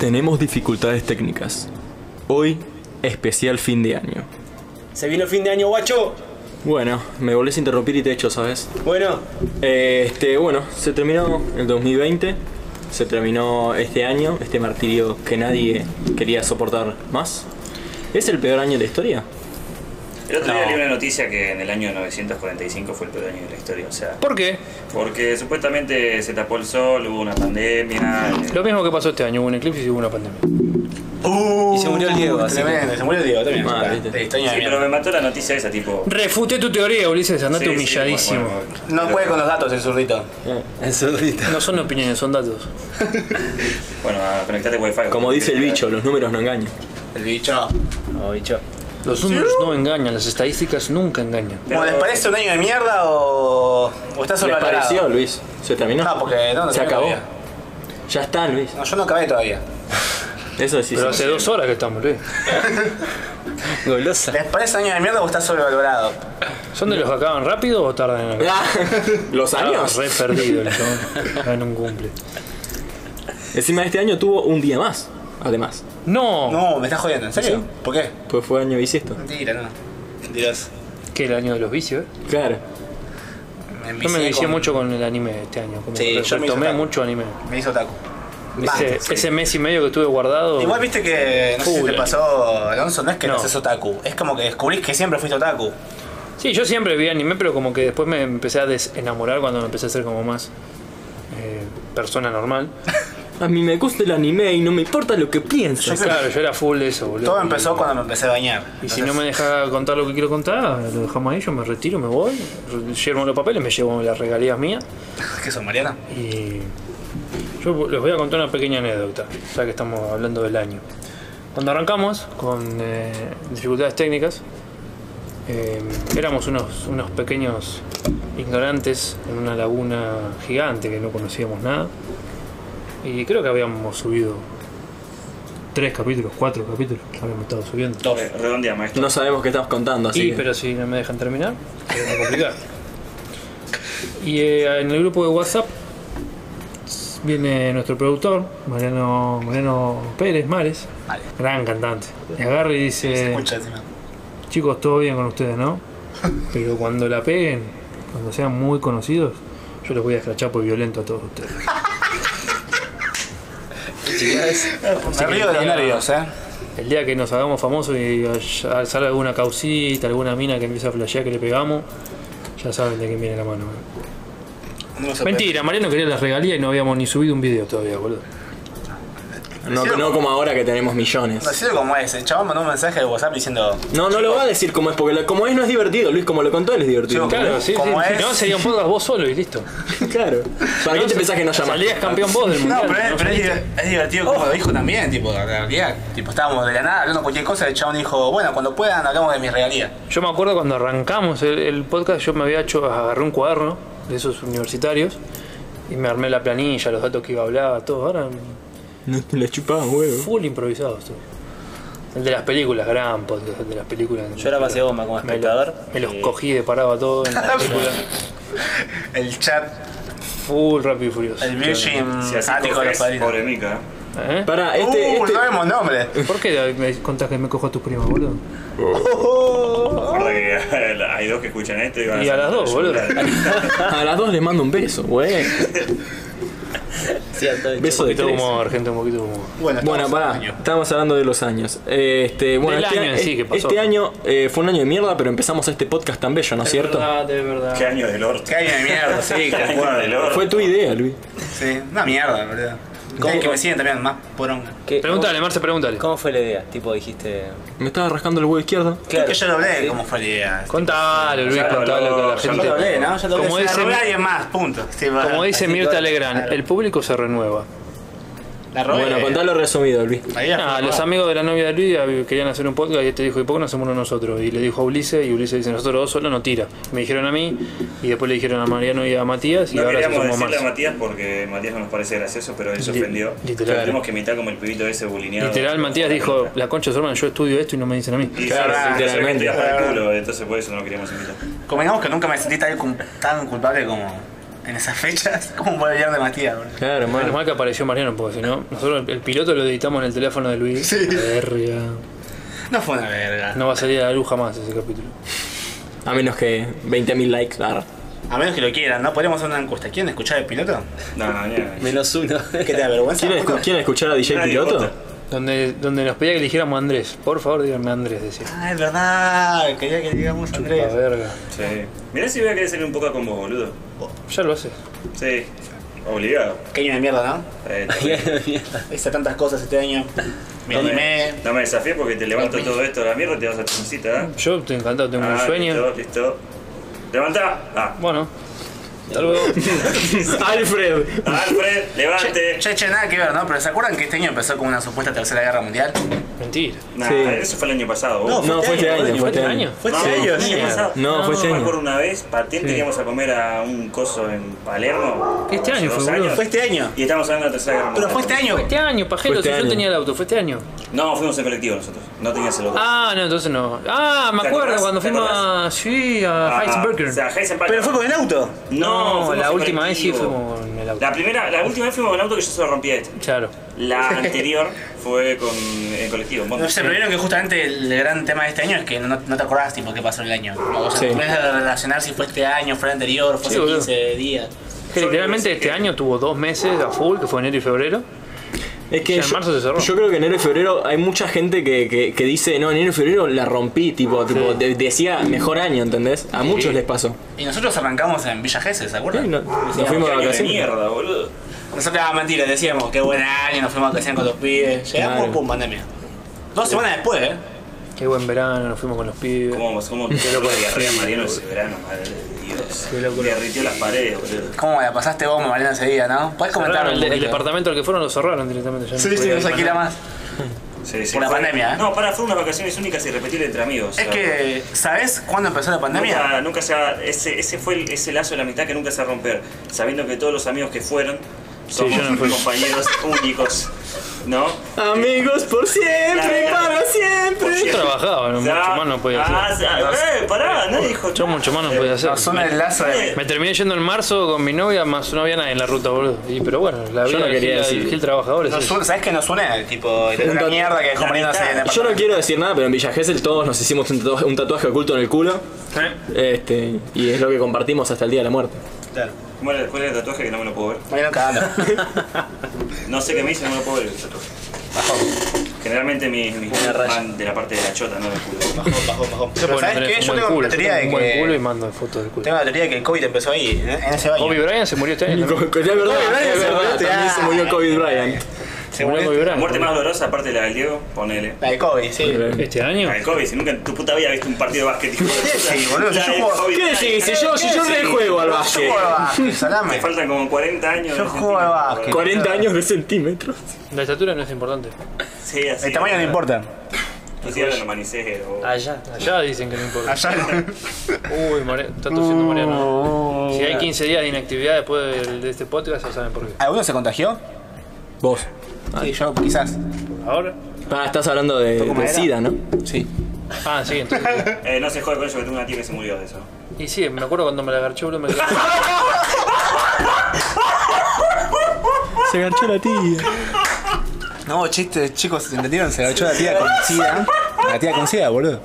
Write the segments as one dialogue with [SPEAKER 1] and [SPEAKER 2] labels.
[SPEAKER 1] tenemos dificultades técnicas. Hoy, especial fin de año.
[SPEAKER 2] Se vino el fin de año, guacho.
[SPEAKER 1] Bueno, me volvés a interrumpir y te echo, ¿sabes?
[SPEAKER 2] Bueno,
[SPEAKER 1] Eh, este, bueno, se terminó el 2020, se terminó este año, este martirio que nadie quería soportar más. ¿Es el peor año de la historia?
[SPEAKER 3] El otro día
[SPEAKER 4] No.
[SPEAKER 3] leí una noticia que en el año 945 fue el peor año de la historia, o sea,
[SPEAKER 4] ¿Por qué?
[SPEAKER 3] porque supuestamente se tapó el sol, hubo una pandemia. eh,
[SPEAKER 4] Lo mismo que pasó este año, hubo un eclipse y hubo una pandemia.
[SPEAKER 2] y se murió el
[SPEAKER 1] Uh,
[SPEAKER 2] Diego, así. que-
[SPEAKER 5] Uh. Tremendo, se murió el Diego también.
[SPEAKER 1] Ah,
[SPEAKER 5] ya
[SPEAKER 1] viste.
[SPEAKER 5] está. Este año
[SPEAKER 3] Sí,
[SPEAKER 5] de
[SPEAKER 3] pero
[SPEAKER 5] mierda.
[SPEAKER 3] me mató la noticia esa, tipo.
[SPEAKER 4] Refuté tu teoría, Ulises, andate
[SPEAKER 3] sí, sí,
[SPEAKER 4] humilladísimo.
[SPEAKER 3] bueno, bueno, bueno.
[SPEAKER 5] No puede con los datos el zurdito.
[SPEAKER 2] El zurdito.
[SPEAKER 4] No son opiniones, son datos.
[SPEAKER 3] Bueno, a conectarte a Wi-Fi.
[SPEAKER 1] Como dice el bicho, los números no engañan.
[SPEAKER 5] El bicho.
[SPEAKER 2] No, Oh, bicho.
[SPEAKER 4] Los números no engañan, las estadísticas nunca engañan.
[SPEAKER 3] Pero-
[SPEAKER 5] Bueno, ¿les parece un año de mierda o, o está
[SPEAKER 1] ¿Les
[SPEAKER 5] sobrevalorado?
[SPEAKER 1] pareció, Luis? ¿Se terminó?
[SPEAKER 5] No, porque no, no
[SPEAKER 1] se
[SPEAKER 5] terminó
[SPEAKER 1] acabó.
[SPEAKER 5] todavía.
[SPEAKER 1] Ya está, Luis.
[SPEAKER 5] No, yo no acabé todavía.
[SPEAKER 1] Eso sí.
[SPEAKER 4] Pero
[SPEAKER 1] sí.
[SPEAKER 4] hace dos horas que estamos, Luis.
[SPEAKER 2] Golosa.
[SPEAKER 5] ¿Les parece año de mierda o está sobrevalorado?
[SPEAKER 4] ¿Son de los que acaban rápido o tardan en acabar?
[SPEAKER 1] Ah, ¿Los años?
[SPEAKER 4] re perdido el chabón. En un cumple.
[SPEAKER 1] Encima este año tuvo un día más, además.
[SPEAKER 4] No,
[SPEAKER 5] No, me estás jodiendo, ¿en serio?
[SPEAKER 1] ¿Sí?
[SPEAKER 5] ¿Por qué?
[SPEAKER 1] Pues fue año bisiesto.
[SPEAKER 5] Mentira, no. Mentiras.
[SPEAKER 4] que el año de los vicios. eh.
[SPEAKER 1] Claro.
[SPEAKER 5] Me
[SPEAKER 4] Yo me
[SPEAKER 5] envicié
[SPEAKER 4] vicié
[SPEAKER 5] con-
[SPEAKER 4] mucho con el anime este año. como
[SPEAKER 5] Sí,
[SPEAKER 4] que
[SPEAKER 5] yo me hice
[SPEAKER 4] tomé
[SPEAKER 5] otaku.
[SPEAKER 4] mucho anime.
[SPEAKER 5] Me hizo taco.
[SPEAKER 4] Ese, ese mes y medio que estuve guardado.
[SPEAKER 5] Igual viste que, no sé si
[SPEAKER 4] Full.
[SPEAKER 5] te pasó, Alonso, no es que no
[SPEAKER 4] No.
[SPEAKER 5] seas otaku, es como que descubrís que siempre fuiste otaku.
[SPEAKER 4] Sí, yo siempre vi anime, pero como que después me empecé a desenamorar cuando me empecé a ser como más eh, persona normal.
[SPEAKER 1] A mí me gusta el anime y no me importa lo que pienso.
[SPEAKER 5] Yo-
[SPEAKER 4] Claro, yo era full de eso, boludo.
[SPEAKER 5] Todo
[SPEAKER 4] Y-
[SPEAKER 5] empezó cuando me empecé a bañar.
[SPEAKER 4] Y si no me deja contar lo que quiero contar, lo dejamos ahí, yo me retiro, me voy, re- llevo los papeles, me llevo las regalías mías
[SPEAKER 5] ¿Qué son, Mariana?
[SPEAKER 4] y yo les voy a contar una pequeña anécdota, ya que estamos hablando del año. Cuando arrancamos con eh, dificultades técnicas, eh, éramos unos, unos pequeños ignorantes en una laguna gigante que no conocíamos nada y creo que habíamos subido tres capítulos, cuatro capítulos, habíamos estado subiendo.
[SPEAKER 3] Eh, Redondea, maestro.
[SPEAKER 1] No sabemos qué estamos contando, así.
[SPEAKER 4] Sí,
[SPEAKER 1] que-
[SPEAKER 4] pero si no me dejan terminar, se va a complicar. Y eh, en el grupo de WhatsApp viene nuestro productor, Mariano, Mariano Pérez Mares,
[SPEAKER 5] Vale.
[SPEAKER 4] gran cantante. Y agarra y dice,
[SPEAKER 5] Escucha encima.
[SPEAKER 4] chicos, todo bien con ustedes, ¿no? Pero cuando la peguen, cuando sean muy conocidos, yo los voy a escrachar por violento a todos ustedes.
[SPEAKER 5] Me río de los
[SPEAKER 4] tenía-
[SPEAKER 5] nervios, eh.
[SPEAKER 4] El día que nos hagamos famosos y ya salga alguna causita, alguna mina que empieza a flashear que le pegamos, ya saben de quién viene la mano. ¿eh?
[SPEAKER 5] No me sorprende.
[SPEAKER 4] Mentira, Mariano quería las regalías y no habíamos ni subido un video todavía, boludo.
[SPEAKER 1] No, no como ahora que tenemos millones.
[SPEAKER 5] No sé cómo es, el chabón mandó un mensaje de WhatsApp diciendo,
[SPEAKER 1] No, no lo va a decir como es, porque lo- como es no es divertido, Luis, como lo contó él es divertido.
[SPEAKER 5] Sí,
[SPEAKER 4] Claro, sí,
[SPEAKER 5] Como
[SPEAKER 4] sí.
[SPEAKER 5] es.
[SPEAKER 4] Si no, sería un podcast vos solo y listo.
[SPEAKER 1] Claro. ¿Para qué te pensás que no llamas?
[SPEAKER 4] Salías campeón vos del
[SPEAKER 5] No,
[SPEAKER 4] mundial.
[SPEAKER 5] pero, es,
[SPEAKER 4] ¿no?
[SPEAKER 5] pero es diver- es divertido como lo dijo también, tipo, la realidad. Tipo, estábamos de la nada hablando cualquier cosa y el chabón dijo, bueno, cuando puedan hablamos de mis regalías.
[SPEAKER 4] Yo me acuerdo cuando arrancamos el, el podcast, yo me había hecho, agarré un cuaderno de esos universitarios y me armé la planilla, los datos que iba a hablar, todo. Ahora,
[SPEAKER 1] No te la chupaban, huevo.
[SPEAKER 4] full improvisados. todo. El de las películas, gran podcast, el de las películas.
[SPEAKER 2] Yo era pase bomba como
[SPEAKER 4] Me lo-
[SPEAKER 2] espectador. eh,
[SPEAKER 4] Me los cogí de parado a todo en la película.
[SPEAKER 5] El chat,
[SPEAKER 4] Full rápido y furioso.
[SPEAKER 5] el Virgin
[SPEAKER 3] Si así
[SPEAKER 5] Ático de los
[SPEAKER 3] coges,
[SPEAKER 5] Padrinos.
[SPEAKER 3] pobre Mica.
[SPEAKER 4] ¿Eh?
[SPEAKER 1] Para, este.
[SPEAKER 5] Uh,
[SPEAKER 1] este-
[SPEAKER 5] no vemos nombre.
[SPEAKER 4] ¿Por qué me contás que me cojo a tus primos, boludo?
[SPEAKER 3] Recuerda que hay dos que escuchan esto y van
[SPEAKER 4] Y a
[SPEAKER 3] ser-
[SPEAKER 4] las dos, boludo.
[SPEAKER 1] A las dos les mando un beso, güey.
[SPEAKER 2] Sí, Antonio.
[SPEAKER 1] Beso de
[SPEAKER 4] Un poquito de
[SPEAKER 1] tres.
[SPEAKER 4] humor, gente, un poquito de humor.
[SPEAKER 5] Bueno,
[SPEAKER 1] Bueno,
[SPEAKER 5] estamos
[SPEAKER 1] pará,
[SPEAKER 5] en el año.
[SPEAKER 1] estábamos hablando de los años. Eh, Este, bueno,
[SPEAKER 4] Del
[SPEAKER 1] este,
[SPEAKER 4] año en sí, ¿qué pasó?
[SPEAKER 1] este año eh, fue un año de mierda, pero empezamos este podcast tan bello, ¿no es cierto?
[SPEAKER 4] verdad, es verdad.
[SPEAKER 3] Qué año del orto.
[SPEAKER 5] Qué año de mierda, sí,
[SPEAKER 3] Qué
[SPEAKER 5] que
[SPEAKER 3] año del orto.
[SPEAKER 1] Fue tu idea, Luis.
[SPEAKER 5] Sí, una mierda, la verdad. Ustedes que me siguen también, más poronga.
[SPEAKER 2] ¿Qué-
[SPEAKER 4] Pregúntale,
[SPEAKER 2] cómo-
[SPEAKER 4] Marce, pregúntale.
[SPEAKER 2] ¿Cómo fue la idea? Tipo, dijiste.
[SPEAKER 1] Me estaba rascando el huevo izquierdo.
[SPEAKER 5] Creo que yo lo hablé, cómo fue la idea.
[SPEAKER 4] Contale, Luis,
[SPEAKER 3] Ya lo
[SPEAKER 4] contale que
[SPEAKER 3] habló,
[SPEAKER 4] la
[SPEAKER 3] ya
[SPEAKER 4] gente.
[SPEAKER 3] lo hablé,
[SPEAKER 5] ¿no? Yo lo
[SPEAKER 4] como
[SPEAKER 5] hablé, se
[SPEAKER 4] dice,
[SPEAKER 5] la robé a alguien más, punto. Sí, va.
[SPEAKER 4] como dice
[SPEAKER 5] Así
[SPEAKER 4] Mirta
[SPEAKER 5] todo.
[SPEAKER 4] Legrand, el público se renueva.
[SPEAKER 5] La robé.
[SPEAKER 1] Bueno, contalo resumido, Luis.
[SPEAKER 5] Ahí la
[SPEAKER 4] Ah,
[SPEAKER 5] fue
[SPEAKER 4] los
[SPEAKER 5] robada.
[SPEAKER 4] amigos de la novia de Luis querían hacer un podcast y este dijo, ¿y por qué no hacemos uno nosotros? Y le dijo a Ulises y Ulises dice, nosotros dos solo no tira. Me dijeron a mí y después le dijeron a Mariano y a Matías y
[SPEAKER 3] No
[SPEAKER 4] ahora se
[SPEAKER 3] queríamos
[SPEAKER 4] somos
[SPEAKER 3] decirle
[SPEAKER 4] más.
[SPEAKER 3] a Matías porque Matías no nos parece gracioso, pero él se
[SPEAKER 4] Li-
[SPEAKER 3] ofendió.
[SPEAKER 4] literal.
[SPEAKER 3] Tenemos que imitar como el pibito ese bulineado.
[SPEAKER 4] Literal, Matías dijo, la concha de su hermano, yo estudio esto y no me dicen a mí.
[SPEAKER 3] Y sí,
[SPEAKER 1] Claro,
[SPEAKER 3] sí,
[SPEAKER 1] literalmente.
[SPEAKER 3] estudias para el culo, entonces por eso no lo queríamos imitar.
[SPEAKER 5] Convengamos que nunca me sentí tan, cul- tan culpable como en esas fechas, ¿cómo puede olvidar de Matías, bro?
[SPEAKER 1] Claro,
[SPEAKER 4] Menos
[SPEAKER 1] hermano.
[SPEAKER 4] mal que apareció Mariano, porque si no, nosotros el, el piloto lo editamos en el teléfono de Luis.
[SPEAKER 5] Sí.
[SPEAKER 4] Verga.
[SPEAKER 5] No fue una verga.
[SPEAKER 4] No va a salir a la luz jamás ese capítulo.
[SPEAKER 1] A menos que 20.000 likes. ah.
[SPEAKER 5] A menos que lo quieran, ¿no? Podríamos hacer una encuesta. ¿Quieren escuchar el piloto?
[SPEAKER 3] No, no, no.
[SPEAKER 2] Menos uno.
[SPEAKER 5] ¿Qué te da vergüenza?
[SPEAKER 1] ¿Quieren, escu-
[SPEAKER 5] puto?
[SPEAKER 1] quieren escuchar a DJ
[SPEAKER 3] Nadie
[SPEAKER 1] Piloto?
[SPEAKER 3] vota.
[SPEAKER 4] Donde, donde nos pedía que eligiéramos a Andrés. Por favor, díganme a Andrés, decía.
[SPEAKER 5] Ah, es verdad. Quería que digamos
[SPEAKER 4] La
[SPEAKER 5] Andrés.
[SPEAKER 4] verga.
[SPEAKER 3] Sí. Mirá si voy a querer salir un poco con vos, boludo.
[SPEAKER 4] Ya lo haces.
[SPEAKER 3] Sí. Obligado.
[SPEAKER 5] Qué año de mierda, ¿no?
[SPEAKER 3] Eh,
[SPEAKER 5] Hice tantas cosas este año. Me
[SPEAKER 3] no,
[SPEAKER 5] animé.
[SPEAKER 3] me, no me desafíes porque te levanto todo esto a la mierda y te vas a tu mesita. ¿eh?
[SPEAKER 4] Yo estoy encantado, tengo un
[SPEAKER 3] Ah,
[SPEAKER 4] sueño.
[SPEAKER 3] Listo, listo. Levanta. Ah.
[SPEAKER 4] Bueno, hasta luego.
[SPEAKER 1] Alfred.
[SPEAKER 3] Alfred, levante.
[SPEAKER 5] Che, che, nada que ver, ¿no? Pero ¿se acuerdan que este año empezó con una supuesta tercera guerra mundial?
[SPEAKER 4] Mentira.
[SPEAKER 3] Nah,
[SPEAKER 1] Sí.
[SPEAKER 3] eso fue el año pasado. vos.
[SPEAKER 1] No, fue este año.
[SPEAKER 4] ¿Fue
[SPEAKER 1] Fue
[SPEAKER 4] este
[SPEAKER 1] este
[SPEAKER 4] año?
[SPEAKER 1] año.
[SPEAKER 5] Fue
[SPEAKER 3] No,
[SPEAKER 5] este año,
[SPEAKER 3] el año
[SPEAKER 5] sí.
[SPEAKER 3] pasado.
[SPEAKER 1] No, fue este
[SPEAKER 3] Yo me
[SPEAKER 1] año.
[SPEAKER 3] acuerdo una vez, patente,
[SPEAKER 4] Sí.
[SPEAKER 3] que íbamos a comer a un coso en Palermo.
[SPEAKER 4] Este
[SPEAKER 3] hace
[SPEAKER 4] año
[SPEAKER 3] dos
[SPEAKER 4] fue, boludo.
[SPEAKER 5] Fue este año.
[SPEAKER 3] Y estábamos hablando de la tercera guerra
[SPEAKER 5] Pero
[SPEAKER 3] mundial.
[SPEAKER 5] fue este año.
[SPEAKER 4] Este año, pajero,
[SPEAKER 1] Fue este
[SPEAKER 4] si yo
[SPEAKER 1] año.
[SPEAKER 4] tenía el auto, fue este año.
[SPEAKER 3] No, fuimos en colectivo nosotros. No tenías el otro.
[SPEAKER 4] Ah, no, entonces no. Ah, me
[SPEAKER 3] ¿Te
[SPEAKER 4] acuerdo
[SPEAKER 3] acordás?
[SPEAKER 4] cuando
[SPEAKER 3] ¿Te
[SPEAKER 4] fuimos
[SPEAKER 3] acordás? Ah,
[SPEAKER 4] a. Sí, a Heisenberger.
[SPEAKER 3] O sea, Heisenberg.
[SPEAKER 5] Pero fue con el auto.
[SPEAKER 4] No,
[SPEAKER 3] fuimos
[SPEAKER 4] la
[SPEAKER 3] en
[SPEAKER 4] última vez sí
[SPEAKER 3] colectivo.
[SPEAKER 4] fuimos en el auto.
[SPEAKER 3] La primera, la última vez fuimos con el auto que yo se lo rompí a este.
[SPEAKER 4] Claro.
[SPEAKER 3] La anterior fue con el colectivo. en bondi.
[SPEAKER 5] No sé, pero vieron que justamente el gran tema de este año es que no, no te acordás tipo qué pasó el año. O sea,
[SPEAKER 1] Sí.
[SPEAKER 5] en vez de relacionar si fue este año, fue el anterior, fue
[SPEAKER 4] Sí,
[SPEAKER 5] hace
[SPEAKER 4] boludo.
[SPEAKER 5] 15 días.
[SPEAKER 4] Que literalmente este año tuvo dos meses a full, que fue enero y febrero.
[SPEAKER 1] Es que
[SPEAKER 4] Ya en
[SPEAKER 1] yo,
[SPEAKER 4] marzo se cerró.
[SPEAKER 1] yo creo que enero y febrero hay mucha gente que, que, que dice, no, enero y febrero la rompí, tipo, tipo de- decía mejor año, ¿entendés? A muchos les pasó.
[SPEAKER 5] Y nosotros arrancamos en Villa Gesell, ¿se
[SPEAKER 1] Sí,
[SPEAKER 5] acuerdan?
[SPEAKER 1] no- nos fuimos
[SPEAKER 3] Qué
[SPEAKER 1] de
[SPEAKER 3] año de
[SPEAKER 1] vacaciones.
[SPEAKER 3] mierda, boludo.
[SPEAKER 5] Nosotros, ah, mentira, decíamos, qué buen año, nos fuimos a vacaciones con los pibes. Llegamos,
[SPEAKER 1] Claro.
[SPEAKER 5] pum, pandemia. Dos semanas después, ¿eh?
[SPEAKER 4] Qué buen verano, nos fuimos con los pibes.
[SPEAKER 3] ¿Cómo, cómo qué loco la diarrea Mariano ese verano, madre de Dios? Derritió las paredes, boludo.
[SPEAKER 5] ¿Cómo la pasaste vos, Mariana, ese día, no? ¿Puedes comentar
[SPEAKER 4] Cerraron
[SPEAKER 5] un
[SPEAKER 4] el, el
[SPEAKER 5] poquito?
[SPEAKER 4] departamento al que fueron lo cerraron directamente. Ya no
[SPEAKER 5] Sí, sí,
[SPEAKER 4] podía
[SPEAKER 5] no se
[SPEAKER 4] ir
[SPEAKER 5] alquila más.
[SPEAKER 3] Sí, sí,
[SPEAKER 5] Por la
[SPEAKER 3] fue-
[SPEAKER 5] pandemia, ¿eh?
[SPEAKER 3] No, para, fueron unas vacaciones únicas y repetibles entre amigos.
[SPEAKER 5] Es
[SPEAKER 3] o sea,
[SPEAKER 5] que, ¿sabés cuándo empezó la pandemia?
[SPEAKER 3] Nunca, nunca se va- ese, ese fue el, ese lazo de la mitad que nunca se va a romper, sabiendo que todos los amigos que fueron somos
[SPEAKER 4] yo no fui.
[SPEAKER 3] compañeros únicos, ¿no?
[SPEAKER 1] Amigos por siempre,
[SPEAKER 3] Claro.
[SPEAKER 1] para
[SPEAKER 3] Por
[SPEAKER 1] siempre.
[SPEAKER 4] Yo
[SPEAKER 3] cierto.
[SPEAKER 4] trabajaba, no, mucho
[SPEAKER 3] Ya-
[SPEAKER 4] más no podía
[SPEAKER 3] Ah,
[SPEAKER 4] hacer.
[SPEAKER 3] ya- eh, pará, nadie dijo
[SPEAKER 4] Yo mucho más no podía hacer.
[SPEAKER 5] Son el lazo de...
[SPEAKER 4] Me terminé yendo en marzo con mi novia, más no había nadie en la ruta, boludo. Y, pero bueno, la vida
[SPEAKER 1] Yo no
[SPEAKER 4] del
[SPEAKER 1] quería
[SPEAKER 4] Gil-
[SPEAKER 1] decir-
[SPEAKER 4] del Gil trabajador es
[SPEAKER 5] Nos
[SPEAKER 4] eso.
[SPEAKER 5] une- ¿Sabés qué nos une? Tipo,
[SPEAKER 1] Un
[SPEAKER 5] la
[SPEAKER 1] tat-
[SPEAKER 5] mierda que dejó
[SPEAKER 3] la
[SPEAKER 5] Mariana en
[SPEAKER 3] mitad.
[SPEAKER 5] el
[SPEAKER 1] Yo no
[SPEAKER 5] departamento.
[SPEAKER 1] quiero decir nada, pero en Villa Gesell todos nos hicimos un tatuaje, un tatuaje oculto en el culo.
[SPEAKER 3] Eh,
[SPEAKER 1] Este, y es lo que compartimos hasta el día de la muerte.
[SPEAKER 5] Claro.
[SPEAKER 3] ¿Cómo era cuál era el tatuaje que no me lo puedo ver?
[SPEAKER 5] Mariano cagando.
[SPEAKER 3] No sé qué me hice, no me lo puedo ver el tatuaje. Generalmente mis, mis
[SPEAKER 2] Una raya.
[SPEAKER 3] van de la parte de la chota, no del culo.
[SPEAKER 4] Yo
[SPEAKER 5] Pero
[SPEAKER 4] puedo
[SPEAKER 5] ¿sabes
[SPEAKER 4] tener
[SPEAKER 5] qué?
[SPEAKER 4] un
[SPEAKER 5] Yo
[SPEAKER 4] buen
[SPEAKER 5] tengo
[SPEAKER 4] culo,
[SPEAKER 5] la teoría de
[SPEAKER 4] tengo un buen culo y
[SPEAKER 5] que...
[SPEAKER 4] mando fotos del culo.
[SPEAKER 5] Tengo la teoría de que el COVID empezó ahí, en en ese baño.
[SPEAKER 4] Kobe Bryant se murió este año.
[SPEAKER 1] Es
[SPEAKER 4] también.
[SPEAKER 1] verdad,
[SPEAKER 5] Bryant
[SPEAKER 1] es
[SPEAKER 5] se murió
[SPEAKER 1] verdad,
[SPEAKER 5] este
[SPEAKER 1] también se murió
[SPEAKER 5] año.
[SPEAKER 1] Kobe Bryant.
[SPEAKER 5] Se
[SPEAKER 4] Se murió Kobe
[SPEAKER 5] murió
[SPEAKER 3] La
[SPEAKER 4] Bryant.
[SPEAKER 3] muerte más dolorosa, aparte de la del Diego, ponele.
[SPEAKER 5] La de COVID, sí.
[SPEAKER 4] ¿Este año?
[SPEAKER 3] La del COVID, si nunca en tu puta vida viste un partido de básquet. hijo de puta.
[SPEAKER 5] Sí, boludo,
[SPEAKER 3] La
[SPEAKER 5] yo
[SPEAKER 3] del
[SPEAKER 5] juego-
[SPEAKER 3] COVID.
[SPEAKER 1] ¿Qué decís? Si yo, si yo
[SPEAKER 5] Sí.
[SPEAKER 1] rejuego al básquet.
[SPEAKER 5] Yo juego al básquet,
[SPEAKER 3] Me
[SPEAKER 5] salame.
[SPEAKER 3] faltan como 40 años.
[SPEAKER 5] Yo
[SPEAKER 3] de
[SPEAKER 5] juego al
[SPEAKER 3] sentimiento,
[SPEAKER 5] básquet.
[SPEAKER 1] 40 años de centímetros.
[SPEAKER 4] La estatura no es importante.
[SPEAKER 3] boludo. Sí, así.
[SPEAKER 5] El tamaño no importa.
[SPEAKER 3] Así hablan los maniceros. eh, boludo.
[SPEAKER 5] Ah.
[SPEAKER 2] Allá.
[SPEAKER 4] Allá dicen que no importa.
[SPEAKER 5] Allá
[SPEAKER 4] Uy, Mare- está tosiendo Mariano.
[SPEAKER 5] Oh.
[SPEAKER 4] Si hay 15 días de inactividad después del- de este podcast, ya saben por qué.
[SPEAKER 5] ¿Alguno se contagió?
[SPEAKER 1] Vos.
[SPEAKER 5] Sí, yo quizás.
[SPEAKER 4] ¿Ahora?
[SPEAKER 1] Ah, estás hablando de,
[SPEAKER 5] ¿Toco
[SPEAKER 1] de
[SPEAKER 5] madera?
[SPEAKER 1] SIDA, ¿no?
[SPEAKER 5] Sí.
[SPEAKER 4] Ah, sí, entonces.
[SPEAKER 3] Eh, no se jode con eso que tengo una tía que se murió de eso.
[SPEAKER 4] Y sí, me acuerdo cuando me la agarché, boludo, me quedé-
[SPEAKER 1] Se garchó la tía.
[SPEAKER 5] No, chistes, chicos, ¿se entendieron? Se agachó la tía con sida. La tía con sida, boludo.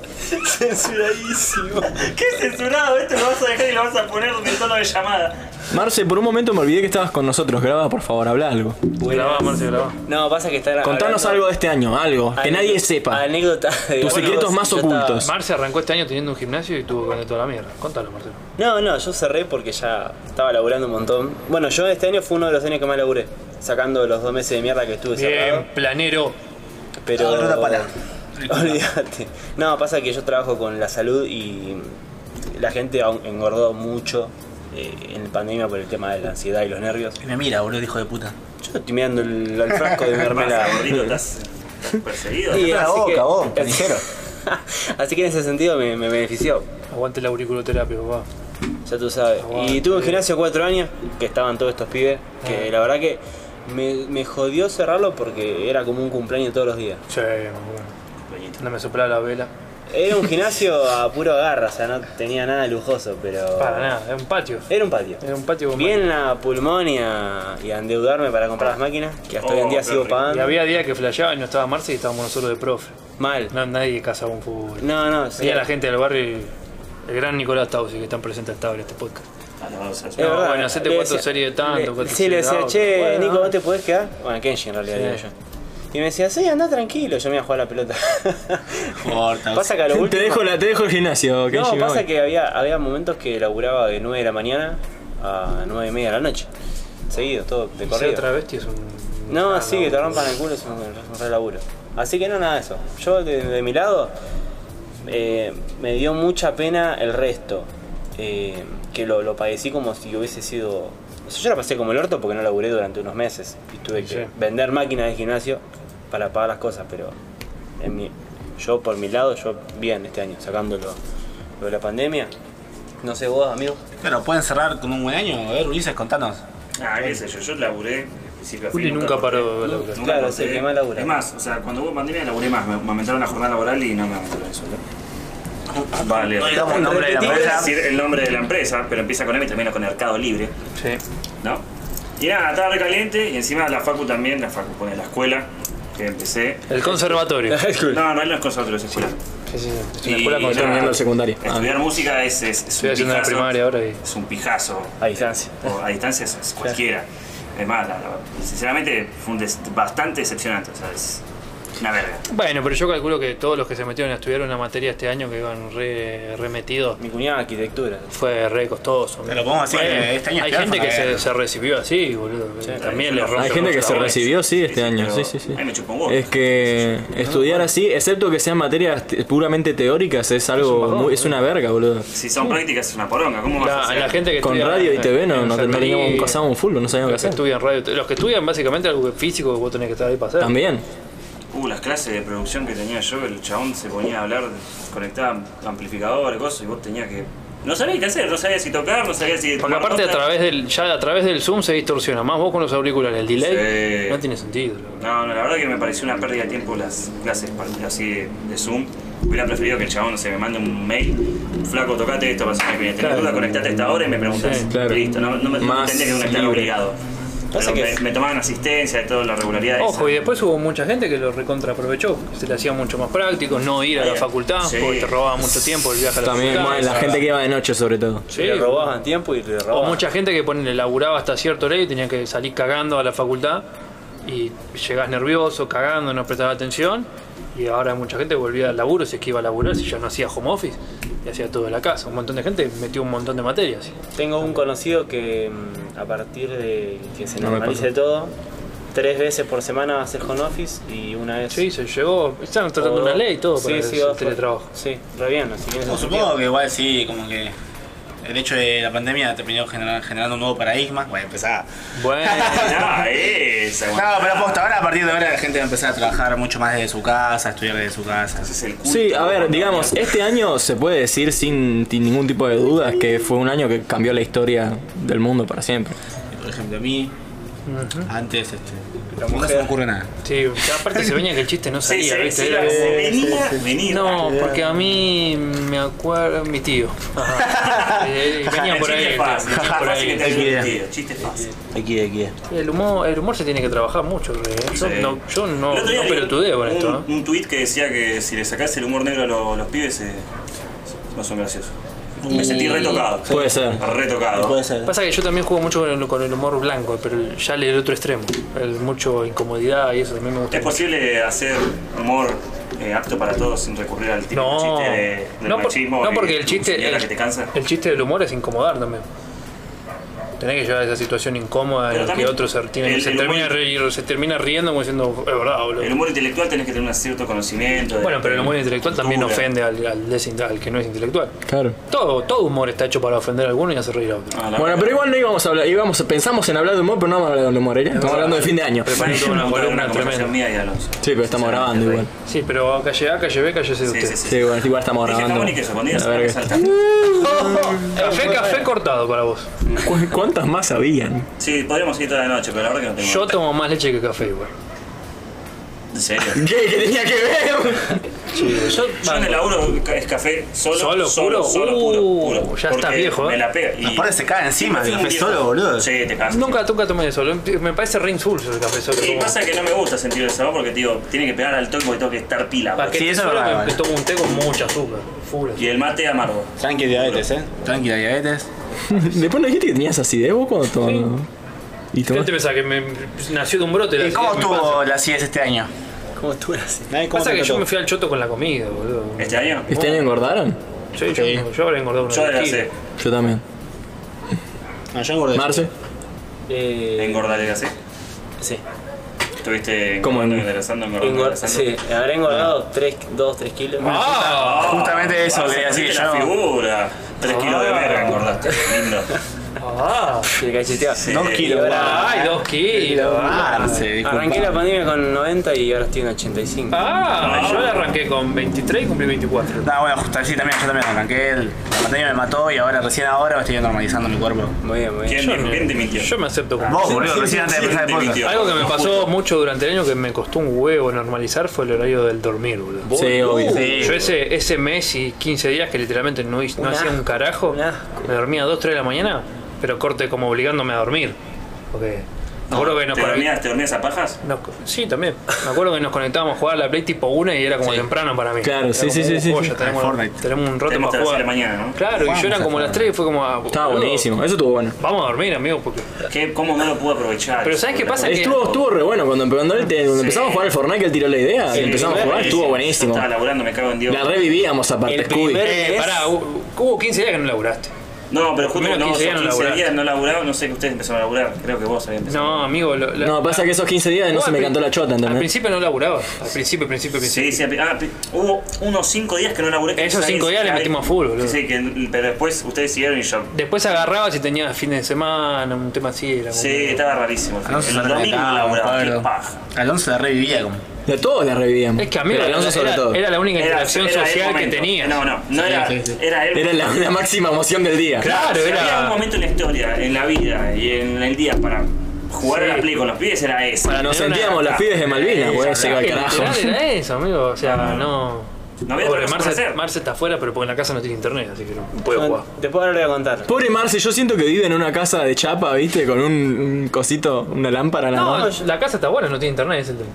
[SPEAKER 3] Censuradísimo. Qué censurado, esto lo vas a dejar y lo vas a poner en tono de llamada.
[SPEAKER 1] Marce, por un momento me olvidé que estabas con nosotros. Graba, por favor, habla algo.
[SPEAKER 4] Grabá, Marce, grabá.
[SPEAKER 2] No, pasa que está.
[SPEAKER 1] Contanos algo de este año, algo que nadie sepa.
[SPEAKER 2] Anécdota. de-
[SPEAKER 1] Tus secretos más
[SPEAKER 2] yo estaba-
[SPEAKER 1] ocultos.
[SPEAKER 4] Marce arrancó este año teniendo un gimnasio y tuvo que vender toda la mierda. Contalo, Marcelo.
[SPEAKER 2] No, no, yo cerré porque ya estaba laburando un montón. Bueno, yo este año fue uno de los años que más laburé, sacando los dos meses de mierda que estuve cerrado.
[SPEAKER 4] Bien, planero.
[SPEAKER 2] Pero.
[SPEAKER 5] Ahora la pala.
[SPEAKER 2] Olvídate. No, pasa que yo trabajo con la salud y la gente aún engordó mucho eh, en la pandemia por el tema de la ansiedad y los nervios.
[SPEAKER 5] Y me mira, boludo, hijo de puta.
[SPEAKER 2] Yo estoy mirando el, el frasco de mermelada.
[SPEAKER 3] Pasa, gordito, estás perseguido.
[SPEAKER 2] Y
[SPEAKER 5] Cierra la
[SPEAKER 2] así
[SPEAKER 5] boca,
[SPEAKER 2] que-
[SPEAKER 5] vos, canijero.
[SPEAKER 2] así que en ese sentido me, me benefició.
[SPEAKER 4] Aguante la auriculoterapia, papá.
[SPEAKER 2] Ya tú sabes.
[SPEAKER 4] Aguante.
[SPEAKER 2] Y tuve un gimnasio cuatro años, que estaban todos estos pibes, que
[SPEAKER 4] Ah.
[SPEAKER 2] la verdad que me, me jodió cerrarlo porque era como un cumpleaños todos los días.
[SPEAKER 4] Sí, muy bueno. No me soplaba la vela.
[SPEAKER 2] Era un gimnasio a puro agarra, o sea, no tenía nada lujoso, pero.
[SPEAKER 4] Para nada, era un patio.
[SPEAKER 2] Era un patio.
[SPEAKER 4] Era un patio con
[SPEAKER 2] Bien a pulmón y a, y a endeudarme para comprar las máquinas, que hasta hoy en
[SPEAKER 3] Oh,
[SPEAKER 2] día
[SPEAKER 3] qué
[SPEAKER 2] sigo
[SPEAKER 3] rico.
[SPEAKER 4] Y
[SPEAKER 2] pagando.
[SPEAKER 4] había días que flasheaba y no estaba Marce y estábamos nosotros de profe.
[SPEAKER 2] Mal.
[SPEAKER 4] No, nadie cazaba un fútbol.
[SPEAKER 2] No, no, sí.
[SPEAKER 4] Veía la gente del barrio, y el gran Nicolás Tausi, que están presentes hasta ahora en este podcast.
[SPEAKER 3] Alabado sea su-
[SPEAKER 2] Es
[SPEAKER 4] No,
[SPEAKER 2] verdad.
[SPEAKER 4] bueno, hacete
[SPEAKER 2] Le
[SPEAKER 4] cuatro
[SPEAKER 2] decía-
[SPEAKER 4] series de tanto,
[SPEAKER 2] le-
[SPEAKER 4] cuatro
[SPEAKER 2] Sí, le
[SPEAKER 4] series de
[SPEAKER 2] decía,
[SPEAKER 4] auto.
[SPEAKER 2] che,
[SPEAKER 4] Bueno,
[SPEAKER 2] Nico,
[SPEAKER 4] dale.
[SPEAKER 2] ¿vos te podés quedar? Bueno, Kenji en realidad,
[SPEAKER 4] Sí.
[SPEAKER 2] digo yo. Y me decía, sí, anda tranquilo, yo me iba a jugar a la pelota.
[SPEAKER 5] Corta.
[SPEAKER 2] pasa que a lo último.
[SPEAKER 1] Te dejo, la, te dejo el gimnasio, Kenji.
[SPEAKER 2] No,
[SPEAKER 1] me
[SPEAKER 2] pasa
[SPEAKER 1] voy.
[SPEAKER 2] que había, había momentos que laburaba de 9 de la mañana a 9 y media de la noche. Seguido, todo de
[SPEAKER 4] Ser
[SPEAKER 2] corrido.
[SPEAKER 4] travesti es un.
[SPEAKER 2] No,
[SPEAKER 4] ah,
[SPEAKER 2] sí, que te rompan el culo es un, es un re laburo. Así que no, nada de eso. Yo, de, de mi lado, eh, me dio mucha pena el resto. eh, que lo, lo padecí como si hubiese sido... o sea, yo la pasé como el orto porque no laburé durante unos meses. Y tuve
[SPEAKER 4] Sí.
[SPEAKER 2] que vender máquinas de gimnasio para pagar las cosas, pero... En mi, yo, por mi lado, yo bien este año, sacándolo lo de la pandemia. No sé vos, amigo.
[SPEAKER 5] Pero pueden cerrar con un buen año. A ver, Ulises, contanos.
[SPEAKER 3] Ah, qué sé yo, yo laburé de principio a fin.
[SPEAKER 4] Juli nunca paró de
[SPEAKER 3] corté.
[SPEAKER 4] laburar.
[SPEAKER 3] Nunca
[SPEAKER 2] Claro, sí,
[SPEAKER 3] corté.
[SPEAKER 2] que más labura.
[SPEAKER 3] Es más, o sea, cuando hubo pandemia laburé más, me me aumentaron la jornada laboral y no me aumentaron el sueldo. Vale,
[SPEAKER 5] No digamos el nombre de la
[SPEAKER 3] voy a
[SPEAKER 5] empresa.
[SPEAKER 3] decir el nombre de la empresa, pero empieza con M y termina con Mercado Libre,
[SPEAKER 4] Sí.
[SPEAKER 3] ¿no? Y nada, estaba recaliente y encima la facu también, la facu pone la escuela, que empecé.
[SPEAKER 4] El conservatorio. sí,
[SPEAKER 3] No, no es con nosotros, es escuela.
[SPEAKER 4] sí, sí.
[SPEAKER 3] Y
[SPEAKER 4] Una escuela con
[SPEAKER 3] nada,
[SPEAKER 1] terminando el secundario.
[SPEAKER 3] Estudiar música es, es, es
[SPEAKER 4] Ah. Estoy haciendo la primaria ahora y.
[SPEAKER 3] Es un pijazo.
[SPEAKER 2] A distancia.
[SPEAKER 3] o a distancia es- es cualquiera. Es más, la- la- sinceramente fue un des- bastante decepcionante, o sea, es una verga.
[SPEAKER 4] Bueno, pero yo calculo que todos los que se metieron a estudiar una materia este año que iban re, remetidos
[SPEAKER 2] Mi cuñada arquitectura.
[SPEAKER 4] fue re costoso.
[SPEAKER 5] Te lo podemos decir
[SPEAKER 4] Bueno,
[SPEAKER 5] que este año
[SPEAKER 4] Hay
[SPEAKER 5] es peor,
[SPEAKER 4] gente que se,
[SPEAKER 5] Fabián.
[SPEAKER 4] se recibió así, boludo. También
[SPEAKER 3] yo no-
[SPEAKER 4] le rompe
[SPEAKER 3] Hay
[SPEAKER 1] Hay gente
[SPEAKER 4] mucho
[SPEAKER 1] que
[SPEAKER 4] la
[SPEAKER 1] se
[SPEAKER 4] bola.
[SPEAKER 1] recibió, sí,
[SPEAKER 3] Sí,
[SPEAKER 1] este
[SPEAKER 3] sí,
[SPEAKER 1] año.
[SPEAKER 3] pero
[SPEAKER 1] Sí, sí, sí.
[SPEAKER 3] ahí me chupó un huevo.
[SPEAKER 1] Es que estudiar así, excepto que sean materias te- puramente teóricas, es algo.
[SPEAKER 4] bajón,
[SPEAKER 1] muy- es una verga, boludo.
[SPEAKER 3] Si son prácticas es una poronga, ¿cómo vas a
[SPEAKER 4] La,
[SPEAKER 3] hacer?
[SPEAKER 4] la gente que
[SPEAKER 1] eh, Con
[SPEAKER 4] estudia
[SPEAKER 1] radio y
[SPEAKER 4] en-
[SPEAKER 1] TV no,
[SPEAKER 4] en
[SPEAKER 1] no, no
[SPEAKER 4] enfermería,
[SPEAKER 1] teníamos pasado un full, no sabíamos
[SPEAKER 4] Los
[SPEAKER 1] qué
[SPEAKER 4] que
[SPEAKER 1] hacer.
[SPEAKER 4] estudian radio. Los que estudian básicamente algo físico que vos tenés que estar ahí para hacer.
[SPEAKER 1] También.
[SPEAKER 3] Uh, las clases de producción que tenía yo, el chabón se ponía a hablar, conectaba amplificadores, cosas, y vos tenías que... No sabías qué hacer, no sabías si tocar, no sabías si...
[SPEAKER 4] Porque
[SPEAKER 3] tomar
[SPEAKER 4] aparte a
[SPEAKER 3] nota.
[SPEAKER 4] través del, ya a través del Zoom se distorsiona. Más vos con los auriculares, el delay
[SPEAKER 3] Sí.
[SPEAKER 4] no tiene sentido. loco.
[SPEAKER 3] No, no, la verdad que me pareció una pérdida de tiempo las clases par- así de, de Zoom. Hubiera preferido que el chabón, no sé, me mande un mail, flaco, tocate esto para que viene. Tenés
[SPEAKER 4] Claro.
[SPEAKER 3] duda, conectate a esta hora y me preguntas.
[SPEAKER 1] Sí, claro.
[SPEAKER 3] Listo, no, no me no
[SPEAKER 1] Más
[SPEAKER 3] tendría que conectar
[SPEAKER 1] libre.
[SPEAKER 3] obligado.
[SPEAKER 2] Pasa
[SPEAKER 3] Pero
[SPEAKER 2] que-
[SPEAKER 3] me, me tomaban asistencia de toda la regularidad.
[SPEAKER 4] Ojo, y
[SPEAKER 3] esa.
[SPEAKER 4] después hubo mucha gente que lo recontraaprovechó. Se le hacía mucho más práctico, no ir a la
[SPEAKER 3] Sí.
[SPEAKER 4] facultad,
[SPEAKER 3] Sí.
[SPEAKER 4] porque te robaba mucho tiempo el viaje a la
[SPEAKER 1] También,
[SPEAKER 4] facultad.
[SPEAKER 1] bueno, la gente que iba de noche, sobre todo.
[SPEAKER 4] Sí,
[SPEAKER 2] Le robaban tiempo y le
[SPEAKER 4] O
[SPEAKER 2] robaban.
[SPEAKER 4] mucha gente que ponele, laburaba hasta cierto horario y tenía que salir cagando a la facultad y llegás nervioso, cagando, no prestabas atención. Y ahora mucha gente volvía al laburo, si es que iba a laburar, si ya no hacía home office y hacía todo en la casa. Un montón de gente metió un montón de materias.
[SPEAKER 2] Tengo un conocido que mm, a partir de que se
[SPEAKER 1] No me
[SPEAKER 2] normalice
[SPEAKER 1] pasó.
[SPEAKER 2] todo, tres veces por semana va a hacer home office y una vez.
[SPEAKER 4] Sí, se llegó. Están tratando
[SPEAKER 2] o
[SPEAKER 4] una
[SPEAKER 3] Oh.
[SPEAKER 2] dos.
[SPEAKER 4] ley y todo para
[SPEAKER 2] sí, sí,
[SPEAKER 4] el
[SPEAKER 2] va a-
[SPEAKER 4] teletrabajo.
[SPEAKER 2] Sí, re bien, así que en ese
[SPEAKER 5] Como
[SPEAKER 2] sentido-
[SPEAKER 5] supongo que igual sí, como que el hecho de la pandemia terminó generar- generando un nuevo paradigma. Bueno, empezaba.
[SPEAKER 4] Bueno,
[SPEAKER 3] Ah, esa,
[SPEAKER 5] No,
[SPEAKER 3] bueno.
[SPEAKER 5] pero posta, ahora a partir de ahora la gente va a empezar a trabajar mucho más desde su casa, a estudiar desde su casa.
[SPEAKER 3] Ese es el culto.
[SPEAKER 1] Sí, a ver, digamos, este año se puede decir sin, sin ningún tipo de dudas que fue un año que cambió la historia del mundo para siempre.
[SPEAKER 5] Por ejemplo, a mí, antes, este, nunca
[SPEAKER 2] mujer.
[SPEAKER 5] se me ocurre nada.
[SPEAKER 4] sí, aparte se venía que el chiste no
[SPEAKER 3] Sí,
[SPEAKER 4] salía,
[SPEAKER 3] se,
[SPEAKER 4] ¿viste?
[SPEAKER 3] se-
[SPEAKER 4] Era-
[SPEAKER 3] se venía, venía.
[SPEAKER 4] No, porque a mí me acuerdo mi tío. Eh, Venía por ahí.
[SPEAKER 3] Chiste fácil,
[SPEAKER 4] venía
[SPEAKER 3] chiste
[SPEAKER 4] por
[SPEAKER 3] fácil que
[SPEAKER 4] ahí.
[SPEAKER 3] te ayude
[SPEAKER 5] Hay que-
[SPEAKER 3] el tío, chiste fácil.
[SPEAKER 2] Aquí, aquí.
[SPEAKER 4] El humor, el humor se tiene que trabajar mucho. re. Yo
[SPEAKER 3] Sí.
[SPEAKER 4] no, yo no,
[SPEAKER 3] El otro día
[SPEAKER 4] no
[SPEAKER 3] leí
[SPEAKER 4] pelotudeo con
[SPEAKER 3] un,
[SPEAKER 4] esto. ¿no?
[SPEAKER 3] Un tuit que decía que si le sacás el humor negro a lo- los pibes, eh, no son graciosos. Me sentí retocado.
[SPEAKER 1] Puede ser.
[SPEAKER 3] Retocado.
[SPEAKER 2] Puede ser.
[SPEAKER 4] Pasa que yo también juego mucho con el, con el humor blanco, pero ya el otro extremo. El mucho incomodidad y eso también me gusta.
[SPEAKER 3] ¿Es posible hacer humor eh, apto para todos sin recurrir al tipo
[SPEAKER 4] No,
[SPEAKER 3] chiste de, del
[SPEAKER 4] no, por-
[SPEAKER 3] machismo?
[SPEAKER 4] no
[SPEAKER 3] eh,
[SPEAKER 4] porque el
[SPEAKER 3] tu
[SPEAKER 4] chiste,
[SPEAKER 3] señora
[SPEAKER 4] el,
[SPEAKER 3] que te cansa.
[SPEAKER 4] el chiste del humor es incomodar también. Tenés que llevar esa situación incómoda
[SPEAKER 3] Pero
[SPEAKER 4] en la que
[SPEAKER 3] también
[SPEAKER 4] otro se, tiene-
[SPEAKER 3] el-
[SPEAKER 4] se
[SPEAKER 3] el
[SPEAKER 4] termina
[SPEAKER 3] humor-
[SPEAKER 4] re- se termina riendo como diciendo, es verdad, boludo.
[SPEAKER 3] El humor intelectual tenés que tener un cierto conocimiento. de-
[SPEAKER 4] Bueno, pero el humor
[SPEAKER 3] de
[SPEAKER 4] intelectual también
[SPEAKER 3] cultura.
[SPEAKER 4] ofende al, al desin- al que no es intelectual.
[SPEAKER 1] Claro.
[SPEAKER 4] Todo, todo humor está hecho para ofender a alguno y hacer reír a otro.
[SPEAKER 3] Ah, la-
[SPEAKER 1] Bueno, pero igual no íbamos a hablar, íbamos, pensamos en hablar de humor, pero no vamos a hablar de humor, ¿eh? Estamos hablando de fin de año.
[SPEAKER 4] Pero-
[SPEAKER 1] Sí,
[SPEAKER 3] Bueno,
[SPEAKER 4] Parece una
[SPEAKER 3] una
[SPEAKER 4] columna
[SPEAKER 3] conversación
[SPEAKER 4] tremenda.
[SPEAKER 3] mía y Alonso.
[SPEAKER 1] pero estamos grabando igual.
[SPEAKER 4] Sí, pero calle A, calle B, calle C de
[SPEAKER 3] Sí,
[SPEAKER 4] usted.
[SPEAKER 3] sí, sí.
[SPEAKER 1] Sí, bueno, igual estamos
[SPEAKER 3] Dije, está
[SPEAKER 1] grabando.
[SPEAKER 3] bonito que se ponía,
[SPEAKER 1] La
[SPEAKER 3] se me
[SPEAKER 1] verga.
[SPEAKER 3] salta.
[SPEAKER 4] Café, café cortado para vos.
[SPEAKER 1] ¿Cu- ¿Cuántas más habían?
[SPEAKER 3] Sí, podríamos ir toda la noche, pero la verdad que no tengo.
[SPEAKER 4] Yo tomo más leche que café, igual.
[SPEAKER 3] En serio.
[SPEAKER 1] ¿Qué? ¿Qué tenía que ver?
[SPEAKER 4] Yo,
[SPEAKER 3] Yo en el laburo es café solo,
[SPEAKER 4] ¿Solo, puro?
[SPEAKER 3] solo, solo, puro,
[SPEAKER 4] Uh,
[SPEAKER 3] puro.
[SPEAKER 4] ya estás
[SPEAKER 3] Porque
[SPEAKER 4] viejo, eh.
[SPEAKER 3] Me la pega. Y
[SPEAKER 5] Aparte se cae encima
[SPEAKER 3] Siempre
[SPEAKER 5] del
[SPEAKER 3] fui un
[SPEAKER 5] café
[SPEAKER 3] viejo.
[SPEAKER 5] solo, boludo.
[SPEAKER 3] Sí, te cagas.
[SPEAKER 4] nunca, nunca tomé eso. Lo- Me parece re insulso el café solo.
[SPEAKER 3] Y
[SPEAKER 4] como-
[SPEAKER 3] pasa que no me gusta sentir el sabor porque, tío, tiene que pegar al toque porque tengo que estar pila. pues.
[SPEAKER 4] Pa' que
[SPEAKER 5] Sí,
[SPEAKER 4] te
[SPEAKER 5] eso es
[SPEAKER 4] solo
[SPEAKER 5] verdad,
[SPEAKER 4] me-
[SPEAKER 5] vale.
[SPEAKER 4] que tomo un té con mucha azúcar. Full
[SPEAKER 3] Y el mate amargo.
[SPEAKER 6] Tranqui diabetes, eh.
[SPEAKER 5] Tranquila, diabetes.
[SPEAKER 1] Después no dijiste que tenías acidez vos cuando tomabas. Y
[SPEAKER 4] ¿Qué te
[SPEAKER 1] tomaste.
[SPEAKER 4] pensás? Que me nació de un brote. la
[SPEAKER 5] ¿Y cómo
[SPEAKER 4] acidez, me pasa.
[SPEAKER 5] estuvo la CIES este año?
[SPEAKER 2] ¿Cómo tú la haces?
[SPEAKER 6] Nadie
[SPEAKER 4] Pasa
[SPEAKER 6] te
[SPEAKER 4] que yo
[SPEAKER 6] trató?
[SPEAKER 4] me fui al choto con la comida, boludo.
[SPEAKER 3] ¿Este año?
[SPEAKER 1] ¿Este año engordaron?
[SPEAKER 4] Sí, yo,
[SPEAKER 6] Sí.
[SPEAKER 4] yo habré engordado una
[SPEAKER 3] Yo
[SPEAKER 4] vez.
[SPEAKER 3] adelgacé.
[SPEAKER 1] Yo también.
[SPEAKER 6] No, yo engordé.
[SPEAKER 1] ¿Marce?
[SPEAKER 2] Eh,
[SPEAKER 3] Engordar adelgacé.
[SPEAKER 2] sí.
[SPEAKER 3] Estuviste
[SPEAKER 1] ¿Cómo en-
[SPEAKER 3] engordando, engrasando, engordando,
[SPEAKER 2] Engor-
[SPEAKER 3] engrasando.
[SPEAKER 2] sí, habré engordado 2-3 kilos.
[SPEAKER 4] ¡Ah!
[SPEAKER 5] Justamente eso
[SPEAKER 3] Ah,
[SPEAKER 5] quería decir
[SPEAKER 3] sentiste la
[SPEAKER 5] yo.
[SPEAKER 3] figura. Tres kilos de verga engordaste. Lindo.
[SPEAKER 4] ¡Ah!
[SPEAKER 2] Y cacheteaba.
[SPEAKER 5] Dos
[SPEAKER 3] Sí.
[SPEAKER 5] kilos.
[SPEAKER 2] ahora-
[SPEAKER 4] ¡Ay, dos kilos! ¡Ah!
[SPEAKER 5] Marce, disculpa.
[SPEAKER 2] Arranqué la pandemia con 90 y ahora estoy en 85.
[SPEAKER 4] Ah, yo la arranqué con 23 y cumplí 24.
[SPEAKER 5] No, Ah, bueno, justo sí, también, yo también arranqué. el- La pandemia me mató y ahora, recién ahora, me estoy normalizando mi cuerpo.
[SPEAKER 2] Muy bien, muy bien.
[SPEAKER 3] ¿Quién, dijo- quién te mintió?
[SPEAKER 4] Yo me acepto como.
[SPEAKER 5] Vos, boludo, recién antes de empezar el
[SPEAKER 3] te
[SPEAKER 5] podcast.
[SPEAKER 3] mintió.
[SPEAKER 4] Algo que me pasó mucho durante el año que me costó un huevo normalizar fue el horario del dormir, boludo.
[SPEAKER 1] Sí, obvio.
[SPEAKER 5] Sí.
[SPEAKER 4] Yo ese, ese mes y 15 días que literalmente no, hice- no
[SPEAKER 2] Un
[SPEAKER 4] hacía un
[SPEAKER 2] asco,
[SPEAKER 4] carajo,
[SPEAKER 2] un asco.
[SPEAKER 4] me dormía a 2, 3 de la mañana, pero corte como obligándome a dormir. Porque me acuerdo que nos
[SPEAKER 3] ¿Te
[SPEAKER 4] conectábamos.
[SPEAKER 3] dormías, te dormías a pajas?
[SPEAKER 4] sí, también. Me acuerdo que nos conectábamos a jugar a la Play tipo 1 y era como temprano para mí.
[SPEAKER 1] Claro,
[SPEAKER 4] Era
[SPEAKER 1] sí,
[SPEAKER 4] como,
[SPEAKER 1] sí, sí,
[SPEAKER 4] "Uh,
[SPEAKER 1] sí,
[SPEAKER 4] joya,
[SPEAKER 1] sí.
[SPEAKER 4] Tenemos,
[SPEAKER 5] Al Fortnite.
[SPEAKER 4] tenemos un rato
[SPEAKER 3] Tenemos hasta las
[SPEAKER 4] para
[SPEAKER 3] seis de
[SPEAKER 4] jugar.
[SPEAKER 3] la mañana, ¿no?
[SPEAKER 4] Claro, y yo eran
[SPEAKER 6] Vamos a
[SPEAKER 4] como las 3 y fue como. ah,
[SPEAKER 1] Estaba
[SPEAKER 4] boludo,
[SPEAKER 1] buenísimo, eso estuvo bueno.
[SPEAKER 4] Vamos a dormir, amigo, porque.
[SPEAKER 3] ¿Qué- ¿Cómo no lo pude aprovechar?
[SPEAKER 4] Pero ¿sabes qué pasa? que-
[SPEAKER 1] Estuvo, estuvo re bueno cuando, empe- cuando él te- cuando empezamos a jugar al Fortnite, que él tiró la idea, que empezamos a jugar, estuvo buenísimo.
[SPEAKER 3] Yo "Eh, Estaba laburando, me cago en Dios.
[SPEAKER 1] La revivíamos aparte,
[SPEAKER 2] El
[SPEAKER 1] Scooby.
[SPEAKER 2] primer-
[SPEAKER 4] Eh,
[SPEAKER 2] Es-
[SPEAKER 4] pará, hu- hubo 15 días que no laburaste.
[SPEAKER 3] No, pero justo
[SPEAKER 4] Primero
[SPEAKER 3] no,
[SPEAKER 4] 15
[SPEAKER 3] 15
[SPEAKER 4] días
[SPEAKER 3] días
[SPEAKER 4] no
[SPEAKER 3] 15
[SPEAKER 4] laburaste.
[SPEAKER 3] días no laburaba, no sé que ustedes empezaron a laburar, creo que vos habías empezado.
[SPEAKER 4] No, amigo. lo- la-
[SPEAKER 1] No, pasa que esos 15 días no
[SPEAKER 4] Vos
[SPEAKER 1] se
[SPEAKER 4] al
[SPEAKER 1] me
[SPEAKER 4] prin-
[SPEAKER 1] cantó la chota,
[SPEAKER 4] Al
[SPEAKER 1] ¿entendés?
[SPEAKER 4] principio no laburaba. Al principio, principio, principio.
[SPEAKER 3] Sí, sí, ah, pi- hubo unos 5 días que no laburé. que
[SPEAKER 4] Esos
[SPEAKER 3] no sabés,
[SPEAKER 4] cinco días le
[SPEAKER 3] ah,
[SPEAKER 4] metimos full, boludo.
[SPEAKER 3] Sí, sí, que, pero después ustedes siguieron y yo.
[SPEAKER 4] Después agarrabas y tenías fines de semana, un tema así. Era como-
[SPEAKER 3] Sí, estaba rarísimo.
[SPEAKER 1] Ah,
[SPEAKER 3] El
[SPEAKER 5] Alonso la
[SPEAKER 3] domingo no laburaba, qué
[SPEAKER 5] revivía.
[SPEAKER 3] paja.
[SPEAKER 5] Alonso la revivía como.
[SPEAKER 1] De a todos la revivíamos.
[SPEAKER 4] Es que a mí
[SPEAKER 1] Pero
[SPEAKER 4] era,
[SPEAKER 1] Alonso sobre
[SPEAKER 4] era-
[SPEAKER 1] todo.
[SPEAKER 4] era la única
[SPEAKER 3] Era-
[SPEAKER 4] interacción
[SPEAKER 3] era el
[SPEAKER 4] social que
[SPEAKER 3] momento.
[SPEAKER 4] tenía.
[SPEAKER 3] No, no, no era,
[SPEAKER 1] sí, sí.
[SPEAKER 3] era él.
[SPEAKER 1] Era la, la máxima emoción del día.
[SPEAKER 4] Claro,
[SPEAKER 3] Si
[SPEAKER 4] era-
[SPEAKER 3] Había un momento en la historia, en la vida y en el día para jugar
[SPEAKER 4] Sí.
[SPEAKER 3] a la play con los pibes, era ah, ese.
[SPEAKER 1] Para nos sentíamos las pibes de Malvinas, weón, se iba al carajo.
[SPEAKER 4] Literal Era eso, amigo. O sea, no.
[SPEAKER 3] No había
[SPEAKER 4] Pobre,
[SPEAKER 3] otra cosa para
[SPEAKER 4] Marce,
[SPEAKER 3] hacer.
[SPEAKER 4] Marce está afuera, pero porque en la casa no tiene internet, así que no puede jugar.
[SPEAKER 2] Bueno, Después ahora lo voy a contar.
[SPEAKER 1] Pobre Marce, yo siento que vive en una casa de chapa, viste, con un, un cosito, una lámpara en la
[SPEAKER 4] No,
[SPEAKER 1] mano.
[SPEAKER 4] la casa está buena, no tiene internet, es el tema.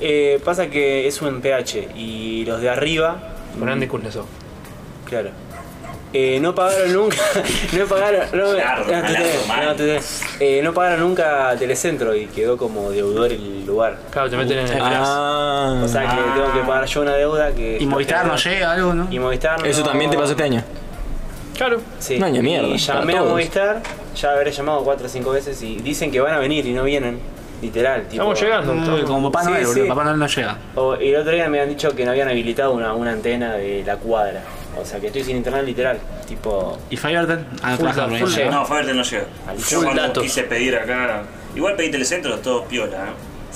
[SPEAKER 2] Eh, pasa que es un pH y los de arriba,
[SPEAKER 4] Con Andy Kuznetsov.
[SPEAKER 2] claro. eh, no pagaron nunca, no pagaron, no,
[SPEAKER 3] Claro,
[SPEAKER 2] no, te-
[SPEAKER 3] claro, mal.
[SPEAKER 2] no, te- eh, no pagaron nunca Telecentro y quedó como deudor el lugar.
[SPEAKER 4] Claro, te meten en el
[SPEAKER 1] Ah,
[SPEAKER 2] O sea que tengo que pagar yo una deuda que.
[SPEAKER 5] Y Movistar no llega, algo, ¿no?
[SPEAKER 2] Y Movistar no-
[SPEAKER 1] eso también te pasó este año.
[SPEAKER 4] Claro.
[SPEAKER 2] Sí.
[SPEAKER 1] Un año de mierda,
[SPEAKER 2] Y llamé
[SPEAKER 1] para
[SPEAKER 2] a
[SPEAKER 1] todos.
[SPEAKER 2] Movistar, ya habré llamado cuatro o cinco veces y dicen que van a venir y no vienen. Literal, tipo.
[SPEAKER 4] Estamos llegando.
[SPEAKER 5] Mm,
[SPEAKER 4] estamos-
[SPEAKER 5] Como Papá
[SPEAKER 2] Sí,
[SPEAKER 5] Noel,
[SPEAKER 2] sí.
[SPEAKER 5] boludo. Papá Noel no llega.
[SPEAKER 2] O- y el otro día me han dicho que no habían habilitado una, una antena de la cuadra. O sea que estoy sin internet literal. Tipo.
[SPEAKER 5] ¿Y Fivertel? Ah,
[SPEAKER 4] Full
[SPEAKER 5] trabaja
[SPEAKER 4] da-
[SPEAKER 5] por
[SPEAKER 4] full
[SPEAKER 5] ahí.
[SPEAKER 4] da-
[SPEAKER 3] No, Faberte no llega. Yo
[SPEAKER 4] full
[SPEAKER 3] cuando
[SPEAKER 4] datos.
[SPEAKER 3] quise pedir acá. Igual pedí telecentro, todo piola, ¿eh?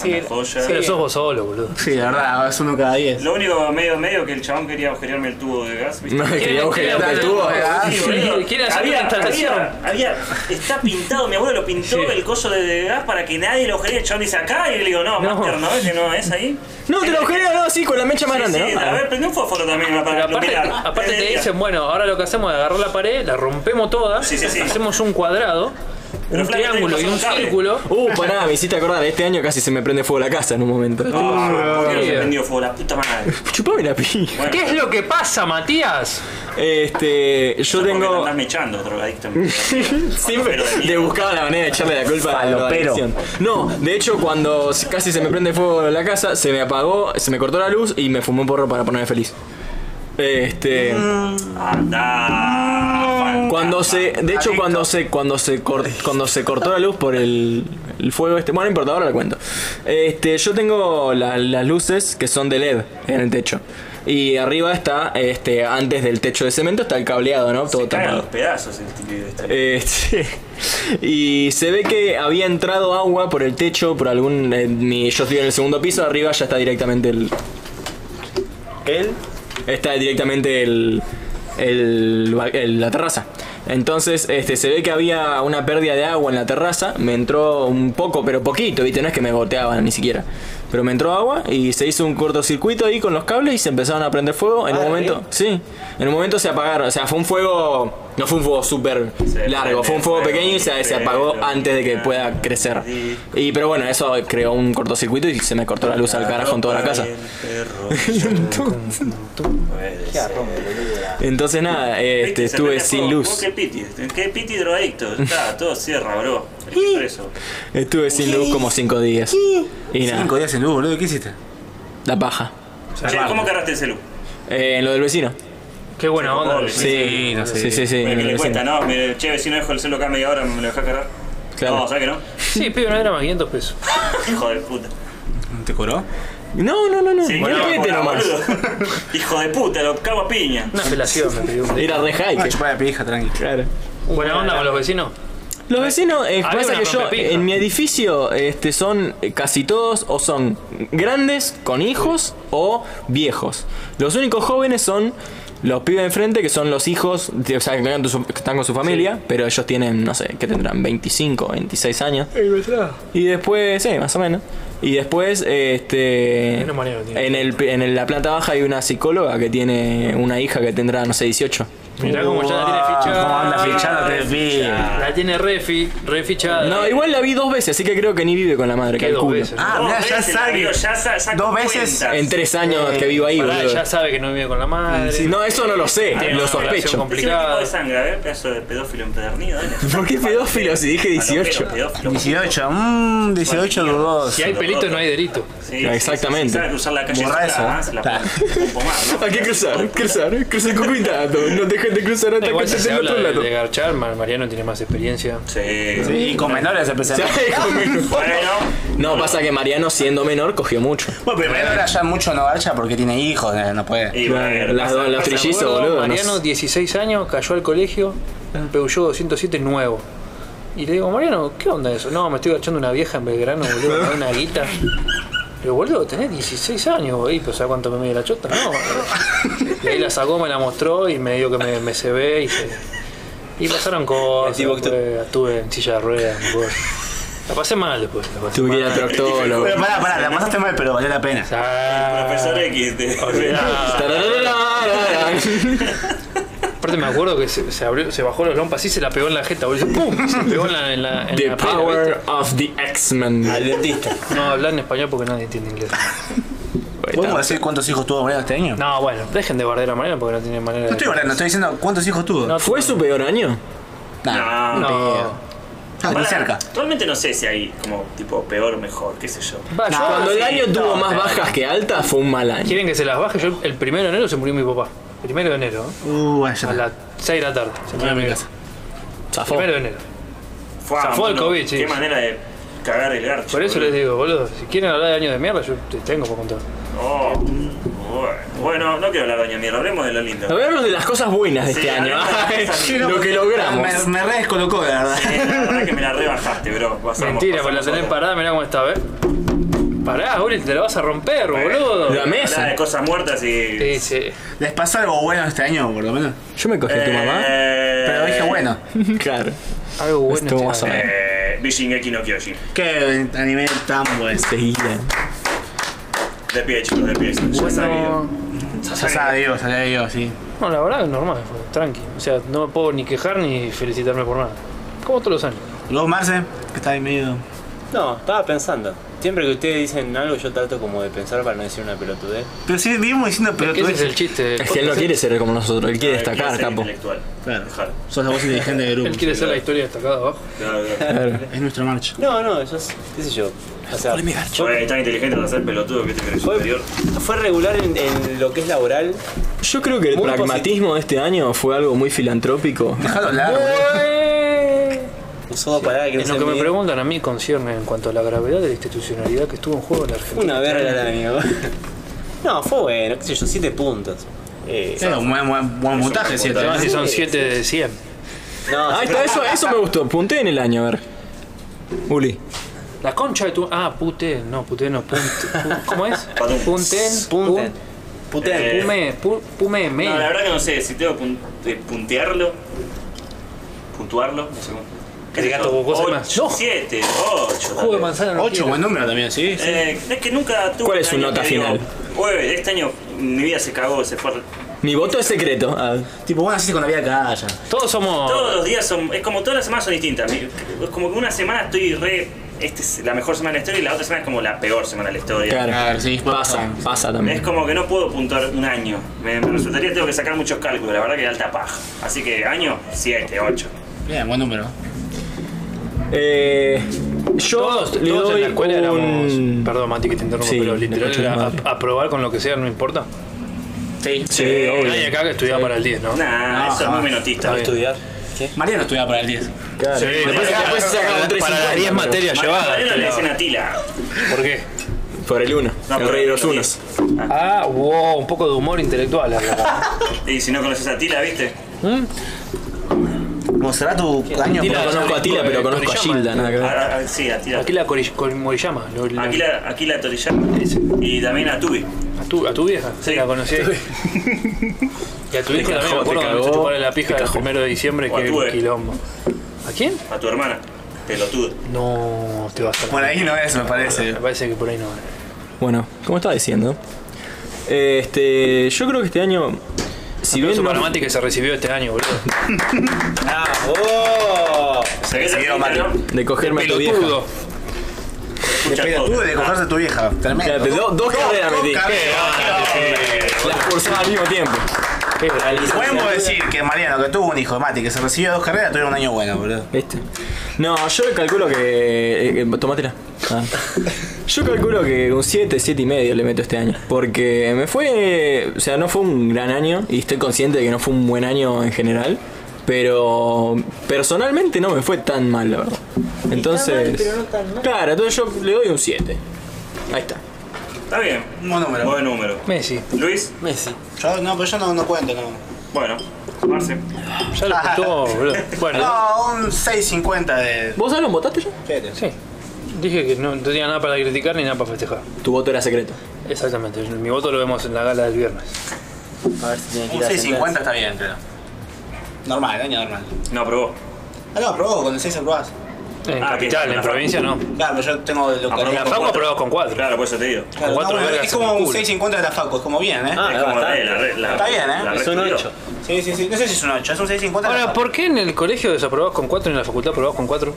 [SPEAKER 2] Sí,
[SPEAKER 3] Una joya.
[SPEAKER 2] sí.
[SPEAKER 4] Pero sos vos solo, boludo.
[SPEAKER 5] Sí, la verdad, es uno cada diez.
[SPEAKER 3] Lo único medio medio que el chabón quería agujerearme el tubo de gas, ¿viste?
[SPEAKER 1] No, quería agujerearte el tubo.
[SPEAKER 3] Sí, boludo.
[SPEAKER 4] Quiere hacer una instalación.
[SPEAKER 3] había, había- está pintado, mi abuelo lo pintó
[SPEAKER 4] Sí.
[SPEAKER 3] el coso de, de gas para que nadie lo agujeree. El chabón dice acá y le digo, no,
[SPEAKER 4] No.
[SPEAKER 3] Master, no, ese no es ahí.
[SPEAKER 1] No, te lo agujereo, no, sí, con la mecha más
[SPEAKER 3] Sí,
[SPEAKER 1] grande,
[SPEAKER 3] sí,
[SPEAKER 1] ¿no?
[SPEAKER 3] A ver, prende un fósforo también para
[SPEAKER 4] Pero aparte,
[SPEAKER 3] iluminar.
[SPEAKER 4] aparte te
[SPEAKER 3] Prendería.
[SPEAKER 4] dicen, bueno, ahora lo que hacemos es agarrar la pared, la rompemos toda,
[SPEAKER 3] Sí, sí, sí.
[SPEAKER 4] hacemos un cuadrado,
[SPEAKER 3] Pero,
[SPEAKER 4] un
[SPEAKER 3] Flavio,
[SPEAKER 4] triángulo y
[SPEAKER 3] tenés
[SPEAKER 4] un
[SPEAKER 3] que pasar un cable.
[SPEAKER 1] Uh,
[SPEAKER 4] círculo.
[SPEAKER 1] pará, me hiciste acordar, este año casi se me prende fuego la casa en un momento.
[SPEAKER 3] Ah, ¿por qué no se
[SPEAKER 4] Bien.
[SPEAKER 3] prendió fuego? La puta madre.
[SPEAKER 1] Chupame la pija.
[SPEAKER 3] Bueno,
[SPEAKER 4] ¿Qué es lo que pasa, Matías?
[SPEAKER 1] Este, yo tengo...
[SPEAKER 3] Estás mechando, drogadicto.
[SPEAKER 1] Siempre
[SPEAKER 3] Falopero de
[SPEAKER 1] le
[SPEAKER 3] mierda.
[SPEAKER 1] buscaba la manera de echarle la culpa a la drogadicción. No, de hecho, cuando s- casi se me prende fuego la casa, se me apagó, se me cortó la luz y me fumé un porro para ponerme feliz. Este.
[SPEAKER 3] Andá,
[SPEAKER 1] Cuando se. De hecho, cuando se. Cuando se, cor- cuando se cortó la luz por el, el fuego este. Bueno, no importa, ahora lo cuento. Este, yo tengo la- las luces que son de LED en el techo. Y arriba está, este, antes del techo de cemento, está el cableado, ¿no? Todo
[SPEAKER 3] Cagan
[SPEAKER 1] tapado.
[SPEAKER 3] los pedazos el típico este.
[SPEAKER 1] Eh, sí. Y se ve que había entrado agua por el techo, por algún... eh, mi- yo estoy en el segundo piso, arriba ya está directamente el...
[SPEAKER 2] Él.
[SPEAKER 1] Está directamente el... el- el- la terraza. Entonces, este, se ve que había una pérdida de agua en la terraza. Me entró un poco, pero poquito, ¿viste? No es que me goteaba ni siquiera. Pero me entró agua y se hizo un cortocircuito ahí con los cables y se empezaron a prender fuego. En
[SPEAKER 2] Ah,
[SPEAKER 1] un momento,
[SPEAKER 2] ¿sí?
[SPEAKER 1] sí, en un momento se apagaron. O sea, fue un fuego, no fue un fuego súper
[SPEAKER 3] Se
[SPEAKER 1] largo, fue un fuego
[SPEAKER 3] prende
[SPEAKER 1] pequeño y se,
[SPEAKER 3] fuego,
[SPEAKER 1] se apagó
[SPEAKER 3] pero-
[SPEAKER 1] antes de que pueda crecer.
[SPEAKER 3] Sí.
[SPEAKER 1] Y pero bueno, eso creó un cortocircuito y se me cortó la luz al carajo en toda la casa. Este,
[SPEAKER 2] Qué arromo, boludo.
[SPEAKER 1] Entonces nada, este,
[SPEAKER 3] Viste, se
[SPEAKER 1] estuve
[SPEAKER 3] prende
[SPEAKER 1] sin
[SPEAKER 3] fuego.
[SPEAKER 1] luz.
[SPEAKER 3] Vos qué piti, este, qué piti drogadicto. Está, todo cierra, bro. Estoy preso.
[SPEAKER 1] Estuve sin luz como cinco días. Y nada,
[SPEAKER 5] Cinco días sin luz, boludo, ¿qué hiciste?
[SPEAKER 1] la paja.
[SPEAKER 3] Che, ¿cómo cargaste el celu?
[SPEAKER 1] Eh, en lo del vecino.
[SPEAKER 4] Qué buena
[SPEAKER 3] Sí,
[SPEAKER 4] onda.
[SPEAKER 3] pobre.
[SPEAKER 4] Sí.
[SPEAKER 1] Sí,
[SPEAKER 5] no
[SPEAKER 1] sí,
[SPEAKER 5] sé.
[SPEAKER 1] sí, sí.
[SPEAKER 3] Bueno,
[SPEAKER 1] en
[SPEAKER 3] que
[SPEAKER 1] el
[SPEAKER 3] le
[SPEAKER 1] vecino.
[SPEAKER 3] cuenta, no, me, che, vecino, dejo el celu acá media hora, me lo dejás cargar.
[SPEAKER 1] Claro.
[SPEAKER 3] No, ¿sabes que no?
[SPEAKER 4] sí, pido una era más 500 pesos.
[SPEAKER 3] Hijo de puta.
[SPEAKER 5] ¿Te curó?
[SPEAKER 1] No, no, no, no.
[SPEAKER 3] Sí,
[SPEAKER 1] Bueno,
[SPEAKER 3] no,
[SPEAKER 1] vete
[SPEAKER 3] no,
[SPEAKER 1] nomás.
[SPEAKER 3] boludo. Hijo de puta, lo cago a piña.
[SPEAKER 4] Una apelación me pidió.
[SPEAKER 1] Era re high.
[SPEAKER 3] Ah,
[SPEAKER 5] Una
[SPEAKER 1] que-
[SPEAKER 5] chupada de Ah, pija, tranqui.
[SPEAKER 1] Claro.
[SPEAKER 4] Buena onda con los vecinos.
[SPEAKER 1] Los vecinos, eh,
[SPEAKER 4] Había
[SPEAKER 1] pasa
[SPEAKER 4] una
[SPEAKER 1] que yo
[SPEAKER 4] rompepija.
[SPEAKER 1] en mi edificio este, son eh, casi todos o son grandes con hijos o viejos. Los únicos jóvenes son los pibes de enfrente que son los hijos, de- o sea, que están con su- que están con su familia, pero ellos tienen, no sé, que tendrán 25, 26 años. Y después, sí, más o menos. Y después, este.
[SPEAKER 4] Menos manera tiene.
[SPEAKER 1] En, el, en el- la planta baja hay una psicóloga que tiene una hija que tendrá, no sé, 18.
[SPEAKER 4] Mirá cómo ya la tiene
[SPEAKER 5] Ah,
[SPEAKER 4] fichada.
[SPEAKER 5] ¿Cómo anda fichándote, pija?
[SPEAKER 4] La tiene refi, refichada.
[SPEAKER 1] No, igual la vi dos veces, así que creo que ni vive con la madre,
[SPEAKER 4] que Eh. dos
[SPEAKER 1] calculo.
[SPEAKER 4] veces.
[SPEAKER 5] Ah,
[SPEAKER 3] Dos
[SPEAKER 5] mirá, ya
[SPEAKER 3] veces, amigo,
[SPEAKER 5] sabe.
[SPEAKER 3] ya sa- saco
[SPEAKER 5] Dos veces
[SPEAKER 3] cuentas.
[SPEAKER 1] En tres años que vivo ahí,
[SPEAKER 4] Pará,
[SPEAKER 1] boludo.
[SPEAKER 4] ya sabe que no vive con la madre.
[SPEAKER 1] No, eso no lo sé,
[SPEAKER 4] Tiene
[SPEAKER 1] lo
[SPEAKER 4] una relación
[SPEAKER 1] sospecho.
[SPEAKER 3] Decime el tipo
[SPEAKER 4] complicada.
[SPEAKER 3] de sangre, a ver, pedazo de pedófilo empedernido. dale.
[SPEAKER 1] ¿Por qué pedófilo si dije 18?
[SPEAKER 3] Palomero, pedófilo.
[SPEAKER 5] 18, mmm, 18 dudoso.
[SPEAKER 4] Si hay pelito, no hay delito.
[SPEAKER 3] Sí,
[SPEAKER 1] Exactamente.
[SPEAKER 3] sí, sí, sabe cruzar la calle
[SPEAKER 5] Borra eso,
[SPEAKER 3] sola,
[SPEAKER 5] ¿eh?
[SPEAKER 3] se la
[SPEAKER 5] Ta.
[SPEAKER 3] pone un poco más, ¿no?
[SPEAKER 1] Hay que cruzar, cruzar, cruzar con cuidado. No dejen de cruzar hasta que
[SPEAKER 4] Igual si
[SPEAKER 1] estés
[SPEAKER 4] se
[SPEAKER 1] del
[SPEAKER 4] habla
[SPEAKER 1] otro
[SPEAKER 4] de,
[SPEAKER 1] lado.
[SPEAKER 4] de garchar, Mar- Mariano tiene más experiencia.
[SPEAKER 3] Sí.
[SPEAKER 5] Sí, y con menores especialmente.
[SPEAKER 1] Ya, hijo mío.
[SPEAKER 3] Bueno,
[SPEAKER 1] No, pasa que Mariano siendo menor cogió mucho.
[SPEAKER 5] Bueno, pero menor ya mucho no garcha porque tiene hijos, eh, no puede.
[SPEAKER 3] y bueno,
[SPEAKER 1] Las dos, los
[SPEAKER 4] Me
[SPEAKER 1] trillizos,
[SPEAKER 4] acuerdo,
[SPEAKER 1] boludo. no
[SPEAKER 4] Mariano,
[SPEAKER 1] sé. Ah.
[SPEAKER 4] 16 años, cayó al colegio, en un Peugeot 207 nuevo. Y le digo, Mariano, ¿qué onda eso? No, me estoy agachando una vieja en Belgrano, boludo, me da una guita. Pero boludo, tenés 16 años, güey, pero ¿sabes cuánto me mide la chota? No. Y ahí la sacó, me la mostró y me dijo que me, me se ve y se... Y pasaron cosas,
[SPEAKER 2] tipo que tú-
[SPEAKER 4] después estuve en silla de ruedas, me acuerdo. La pasé mal después, la pasé
[SPEAKER 1] Tuve que ir
[SPEAKER 4] mal.
[SPEAKER 1] al proctólogo.
[SPEAKER 5] Pero pará, pará, la pasaste mal, pero valió la pena.
[SPEAKER 4] Ah,
[SPEAKER 3] profesor X. te-
[SPEAKER 4] olvidá.
[SPEAKER 1] Tararararara.
[SPEAKER 4] Aparte me acuerdo que se, se abrió, se bajó los lompas y se la pegó en la jeta, boludo. ¡Pum! Se pegó en la, en la, en
[SPEAKER 1] The
[SPEAKER 4] la pera,
[SPEAKER 1] power of the X-Men.
[SPEAKER 6] Al dentista.
[SPEAKER 4] ¿viste? No hablar en español porque nadie entiende inglés.
[SPEAKER 5] ¿Podemos decir cuántos hijos tuvo Mariano este año? No,
[SPEAKER 4] No, bueno, dejen de bardear a Mariano porque no tiene manera de.
[SPEAKER 5] estoy bardeando, estoy diciendo cuántos hijos tuvo.
[SPEAKER 4] No,
[SPEAKER 1] ¿Fue su peor año?
[SPEAKER 5] Nah,
[SPEAKER 3] No,
[SPEAKER 4] No.
[SPEAKER 5] ah, ni
[SPEAKER 3] Pará,
[SPEAKER 5] cerca.
[SPEAKER 3] Realmente no sé si hay como tipo peor mejor, qué sé yo.
[SPEAKER 4] Va, yo-
[SPEAKER 1] Cuando el año tuvo más
[SPEAKER 5] pero-
[SPEAKER 1] bajas que altas, fue un mal año.
[SPEAKER 4] quieren que se las baje. Yo el primero de enero se murió mi papá. Primero de enero, ¿eh?
[SPEAKER 5] Uh, bueno, ya
[SPEAKER 4] a
[SPEAKER 5] está.
[SPEAKER 4] las 6 de la tarde. Se
[SPEAKER 5] Voy
[SPEAKER 4] murió
[SPEAKER 5] a
[SPEAKER 4] mi
[SPEAKER 5] mi
[SPEAKER 4] papá.
[SPEAKER 5] casa.
[SPEAKER 1] Zafó.
[SPEAKER 4] Primero de enero.
[SPEAKER 3] Fua,
[SPEAKER 4] Zafó el
[SPEAKER 3] boludo,
[SPEAKER 4] COVID, sí.
[SPEAKER 3] Qué manera de cagar el garcho.
[SPEAKER 4] Por eso
[SPEAKER 3] boludo.
[SPEAKER 4] les digo, boludo, si quieren hablar de años de mierda, yo te tengo por contar.
[SPEAKER 3] Oh, bueno, no quiero hablar de Doña Mierda, hablemos de lo lindo.
[SPEAKER 1] Hablamos de las cosas buenas de
[SPEAKER 3] Sí,
[SPEAKER 1] este año.
[SPEAKER 3] hablemos de las cosas
[SPEAKER 1] Lo que logramos.
[SPEAKER 5] Me, me re descolocó, la verdad.
[SPEAKER 3] Eh, la verdad que me la rebajaste, bro. Pasamos,
[SPEAKER 4] Mentira,
[SPEAKER 3] pasamos
[SPEAKER 4] para la tenés
[SPEAKER 3] otra.
[SPEAKER 4] parada, mirá cómo está, ¿ves? Pará, Uri, te la vas a romper, boludo.
[SPEAKER 1] La
[SPEAKER 3] Hablar
[SPEAKER 1] mesa.
[SPEAKER 3] de cosas muertas y.
[SPEAKER 4] Sí, sí.
[SPEAKER 5] ¿Les pasó algo bueno este año, por lo menos?
[SPEAKER 1] Yo me cogí a tu mamá.
[SPEAKER 3] Eh,
[SPEAKER 5] Pero dije bueno.
[SPEAKER 4] Eh,
[SPEAKER 1] Claro.
[SPEAKER 4] Algo bueno.
[SPEAKER 1] Estuvo
[SPEAKER 4] este
[SPEAKER 1] más o
[SPEAKER 4] año.
[SPEAKER 1] menos.
[SPEAKER 3] Eh, vi Shingeki no Kyojin.
[SPEAKER 5] Qué anime tan bueno.
[SPEAKER 1] Seguida.
[SPEAKER 3] De pie, chicos, de pie. Ya
[SPEAKER 4] eh,
[SPEAKER 3] sabido.
[SPEAKER 5] Ya sabe Dios, ya sabe Dios, sí.
[SPEAKER 4] No, la verdad es normal, fue tranqui. O sea, no me puedo ni quejar ni felicitarme por nada. Como todos los años.
[SPEAKER 5] ¿Y vos, Marce? Que está ahí medio...
[SPEAKER 2] No, estaba pensando. Siempre que ustedes dicen algo, yo trato como de pensar para no decir una pelotudez.
[SPEAKER 5] Pero sí, vivimos diciendo
[SPEAKER 4] Que ese es el
[SPEAKER 5] pelotudeces.
[SPEAKER 4] chiste.
[SPEAKER 1] Es que él no quiere ser como nosotros, él quiere
[SPEAKER 4] ah,
[SPEAKER 3] Quiere
[SPEAKER 1] destacar,
[SPEAKER 3] ser
[SPEAKER 1] capo.
[SPEAKER 3] Eh, intelectual.
[SPEAKER 5] Claro.
[SPEAKER 3] Ojalá.
[SPEAKER 5] Sos la voz inteligente del
[SPEAKER 4] Él
[SPEAKER 5] grupo.
[SPEAKER 4] quiere hacer la historia destacada abajo.
[SPEAKER 3] Claro, claro.
[SPEAKER 1] Claro.
[SPEAKER 5] Es nuestra marcha.
[SPEAKER 2] No, no, yo, s- qué sé yo. O sea,
[SPEAKER 3] Oye, tan inteligente para ser pelotudo que te crees
[SPEAKER 2] fue,
[SPEAKER 3] superior.
[SPEAKER 2] fue regular en, en lo que es laboral.
[SPEAKER 1] Yo creo que el
[SPEAKER 2] Muy
[SPEAKER 1] pragmatismo de este año fue algo muy filantrópico.
[SPEAKER 5] Déjalo hablar.
[SPEAKER 4] Eh.
[SPEAKER 5] boludo.
[SPEAKER 2] Usó dos palabras que no
[SPEAKER 4] En lo
[SPEAKER 2] se
[SPEAKER 4] que me
[SPEAKER 2] miden.
[SPEAKER 4] preguntan a mí concierne en cuanto a la gravedad de la institucionalidad que estuvo en juego en la Argentina.
[SPEAKER 2] Una verga la mierda. No, fue bueno, qué sé yo, siete puntos. Eh,
[SPEAKER 5] Era un buen, buen, buen puntaje,
[SPEAKER 3] buen
[SPEAKER 5] ¿cierto?
[SPEAKER 4] Además, si son
[SPEAKER 2] Sí,
[SPEAKER 4] 7 de 100.
[SPEAKER 2] no,
[SPEAKER 1] Ahí está, eso, eso me gustó. Punté en el año, a ver. Uli.
[SPEAKER 4] La concha de tu. Ah, pute. No, pute no. Punte, pu- ¿Cómo es?
[SPEAKER 3] Pum.
[SPEAKER 4] Punten.
[SPEAKER 2] punten.
[SPEAKER 4] Punten.
[SPEAKER 2] Puten.
[SPEAKER 3] Eh,
[SPEAKER 4] Pume. pu- Pume. Me.
[SPEAKER 3] No, la verdad que no sé, si tengo que pun- eh, puntearlo, puntuarlo, no sé cómo. ¿Qué
[SPEAKER 4] El
[SPEAKER 3] sé
[SPEAKER 4] gato
[SPEAKER 3] yo?
[SPEAKER 4] Goku se
[SPEAKER 3] Ocho,
[SPEAKER 4] más. No.
[SPEAKER 3] Siete, ocho.
[SPEAKER 4] Jugo de
[SPEAKER 3] también.
[SPEAKER 4] manzana no
[SPEAKER 6] Ocho,
[SPEAKER 4] tiene.
[SPEAKER 6] buen número también, sí. sí.
[SPEAKER 3] Eh, es que nunca tuve.
[SPEAKER 1] ¿Cuál
[SPEAKER 3] un
[SPEAKER 1] es su
[SPEAKER 3] año
[SPEAKER 1] nota
[SPEAKER 3] que digo,
[SPEAKER 1] final?
[SPEAKER 3] Nueve, este año mi vida se cagó, se fue. al-
[SPEAKER 1] Mi voto es secreto. Ah,
[SPEAKER 6] Tipo, bueno, así con la vida calla.
[SPEAKER 4] Todos somos.
[SPEAKER 3] Todos los días son. Es como todas las semanas son distintas. Mi- Es como que una semana estoy re. Esta es la mejor semana de la historia y la otra semana es como la peor semana de la historia.
[SPEAKER 1] claro.
[SPEAKER 6] Claro, sí,
[SPEAKER 1] Pasa, pasa
[SPEAKER 3] Es
[SPEAKER 1] también.
[SPEAKER 3] como que no puedo puntuar un año. Me, me resultaría tengo que sacar muchos cálculos, la verdad que alta paja. Así que año, siete, ocho.
[SPEAKER 6] Bien, buen número.
[SPEAKER 1] Eh, yo
[SPEAKER 4] Todos,
[SPEAKER 1] le
[SPEAKER 4] todos en
[SPEAKER 1] doy
[SPEAKER 4] la escuela
[SPEAKER 1] un...
[SPEAKER 4] éramos. Perdón, Mati, que te interrumpo,
[SPEAKER 1] Sí,
[SPEAKER 4] pero
[SPEAKER 1] la
[SPEAKER 4] literal
[SPEAKER 1] concha de
[SPEAKER 4] era
[SPEAKER 1] la
[SPEAKER 4] a,
[SPEAKER 1] madre.
[SPEAKER 4] aprobar con lo que sea, no importa.
[SPEAKER 6] Sí.
[SPEAKER 1] Sí,
[SPEAKER 4] Nadie
[SPEAKER 1] obvio.
[SPEAKER 4] acá que estudiaba para el 10, ¿no?
[SPEAKER 3] Nah, eso es
[SPEAKER 6] jamás.
[SPEAKER 3] muy menotista.
[SPEAKER 4] Está bien.
[SPEAKER 2] Estudiar.
[SPEAKER 6] Mariano estudiaba para el 10.
[SPEAKER 1] Claro.
[SPEAKER 4] Sí,
[SPEAKER 1] después,
[SPEAKER 4] para-
[SPEAKER 1] después se saca un 3
[SPEAKER 4] para las 10 materias llevadas.
[SPEAKER 3] Mariano le dicen a Tila.
[SPEAKER 4] ¿Por qué?
[SPEAKER 1] Por el 1.
[SPEAKER 3] No,
[SPEAKER 1] el
[SPEAKER 3] por
[SPEAKER 1] rey de los
[SPEAKER 3] el
[SPEAKER 1] unos.
[SPEAKER 4] Ah, wow, un poco de humor intelectual. la verdad.
[SPEAKER 3] Y si no conoces a Tila, ¿viste?
[SPEAKER 6] ¿Mostrará tu año?
[SPEAKER 1] No conozco a Tila, pero conozco a
[SPEAKER 4] Toriyama.
[SPEAKER 1] Gilda, nada que ver.
[SPEAKER 3] Ah, ah, sí, a Tila.
[SPEAKER 4] Aquí la Cori- Cori- Moriyama. lo- la-
[SPEAKER 3] Aquí la, aquí la Toriyama. Y también a Tubi.
[SPEAKER 4] a, tu, a tu vieja, sí, la conocí. ahí. y a tu hijo también, me
[SPEAKER 1] cagó,
[SPEAKER 4] acuerdo
[SPEAKER 1] te
[SPEAKER 4] cuando
[SPEAKER 1] cagó,
[SPEAKER 4] chuparle la pija el primero de diciembre,
[SPEAKER 3] O a
[SPEAKER 4] que
[SPEAKER 3] tu, eh.
[SPEAKER 4] quilombo. ¿A quién?
[SPEAKER 3] A tu hermana. Pelotudo.
[SPEAKER 4] No, te vas a...
[SPEAKER 5] Por ahí no es, me
[SPEAKER 4] Me
[SPEAKER 5] parece.
[SPEAKER 4] parece que por ahí no. eh. Ah.
[SPEAKER 1] Bueno, como estaba diciendo, eh, este, yo creo que este año, si
[SPEAKER 4] Y
[SPEAKER 1] bien
[SPEAKER 4] bien
[SPEAKER 1] no-
[SPEAKER 4] para Mati que se recibió este año, boludo.
[SPEAKER 2] ah,
[SPEAKER 3] Se
[SPEAKER 5] siguieron, Mati.
[SPEAKER 1] de cogerme a tu vieja,
[SPEAKER 4] Pelotudo.
[SPEAKER 3] Escucha
[SPEAKER 5] Tú
[SPEAKER 3] todo.
[SPEAKER 5] de cogerse a tu vieja.
[SPEAKER 1] Claro,
[SPEAKER 5] Tremendo.
[SPEAKER 1] pero do- dos carreras metí,
[SPEAKER 3] Eh,
[SPEAKER 5] Qué
[SPEAKER 1] las cursaba al mismo tiempo.
[SPEAKER 4] Qué grande.
[SPEAKER 5] Podemos decir que Mariano, que tuvo un hijo de Mati, que se recibió dos carreras, tuvieron un año bueno, boludo.
[SPEAKER 1] ¿Viste? No, yo calculo que... eh, eh, tomátela. Ah. Yo calculo que un 7, 7 y medio le meto este año. Porque me fue... O sea, no fue un gran año y estoy consciente de que no fue un buen año en general. Pero personalmente no me fue tan mal, la verdad. Entonces... Claro, entonces yo le doy un 7. Ahí está.
[SPEAKER 3] Está bien.
[SPEAKER 5] Buen número.
[SPEAKER 3] Buen número.
[SPEAKER 4] Messi,
[SPEAKER 3] Luis,
[SPEAKER 2] Messi.
[SPEAKER 5] Yo no, pero yo no, no cuento, no.
[SPEAKER 3] bueno. Marce.
[SPEAKER 4] ya lo
[SPEAKER 1] Ah.
[SPEAKER 4] apuntó, boludo. Bueno,
[SPEAKER 5] No, un 6.50 de.
[SPEAKER 1] ¿Vos Alan votaste ya?
[SPEAKER 4] sí. Dije que no, no tenía nada para criticar ni nada para festejar.
[SPEAKER 1] Tu voto era secreto.
[SPEAKER 4] Exactamente, mi voto lo vemos en la gala del viernes.
[SPEAKER 2] A ver si tiene que
[SPEAKER 5] Un
[SPEAKER 2] ir a
[SPEAKER 5] 6.50
[SPEAKER 2] sentarse.
[SPEAKER 5] está bien, creo. Normal, año normal.
[SPEAKER 3] No aprobó.
[SPEAKER 5] Ah, no, aprobó, con el 6 aprobás.
[SPEAKER 4] En
[SPEAKER 3] Ah, bien,
[SPEAKER 4] capital,
[SPEAKER 3] en
[SPEAKER 4] en
[SPEAKER 3] la
[SPEAKER 4] provincia no.
[SPEAKER 5] Claro, pero yo tengo lo
[SPEAKER 3] Aprobó
[SPEAKER 5] que.
[SPEAKER 4] la
[SPEAKER 3] con
[SPEAKER 4] Facu
[SPEAKER 3] cuatro.
[SPEAKER 4] aprobó con cuatro.
[SPEAKER 3] Claro, por eso te digo.
[SPEAKER 5] Claro,
[SPEAKER 4] cuatro
[SPEAKER 5] no,
[SPEAKER 4] vergas
[SPEAKER 5] es como
[SPEAKER 4] en el
[SPEAKER 5] un
[SPEAKER 4] culo.
[SPEAKER 5] 6.50 de la Facu, es como bien, ¿eh?
[SPEAKER 2] Ah,
[SPEAKER 3] es como la,
[SPEAKER 2] bastante.
[SPEAKER 3] la, la-
[SPEAKER 5] Está bien, ¿eh?
[SPEAKER 3] la
[SPEAKER 2] Es un
[SPEAKER 3] rectió.
[SPEAKER 2] 8.
[SPEAKER 5] Sí, sí, sí. No sé si es un 8, es un 6.50. de la
[SPEAKER 4] Ahora,
[SPEAKER 5] Facu.
[SPEAKER 4] ¿por qué en el colegio desaprobás con cuatro y en la facultad aprobás con cuatro?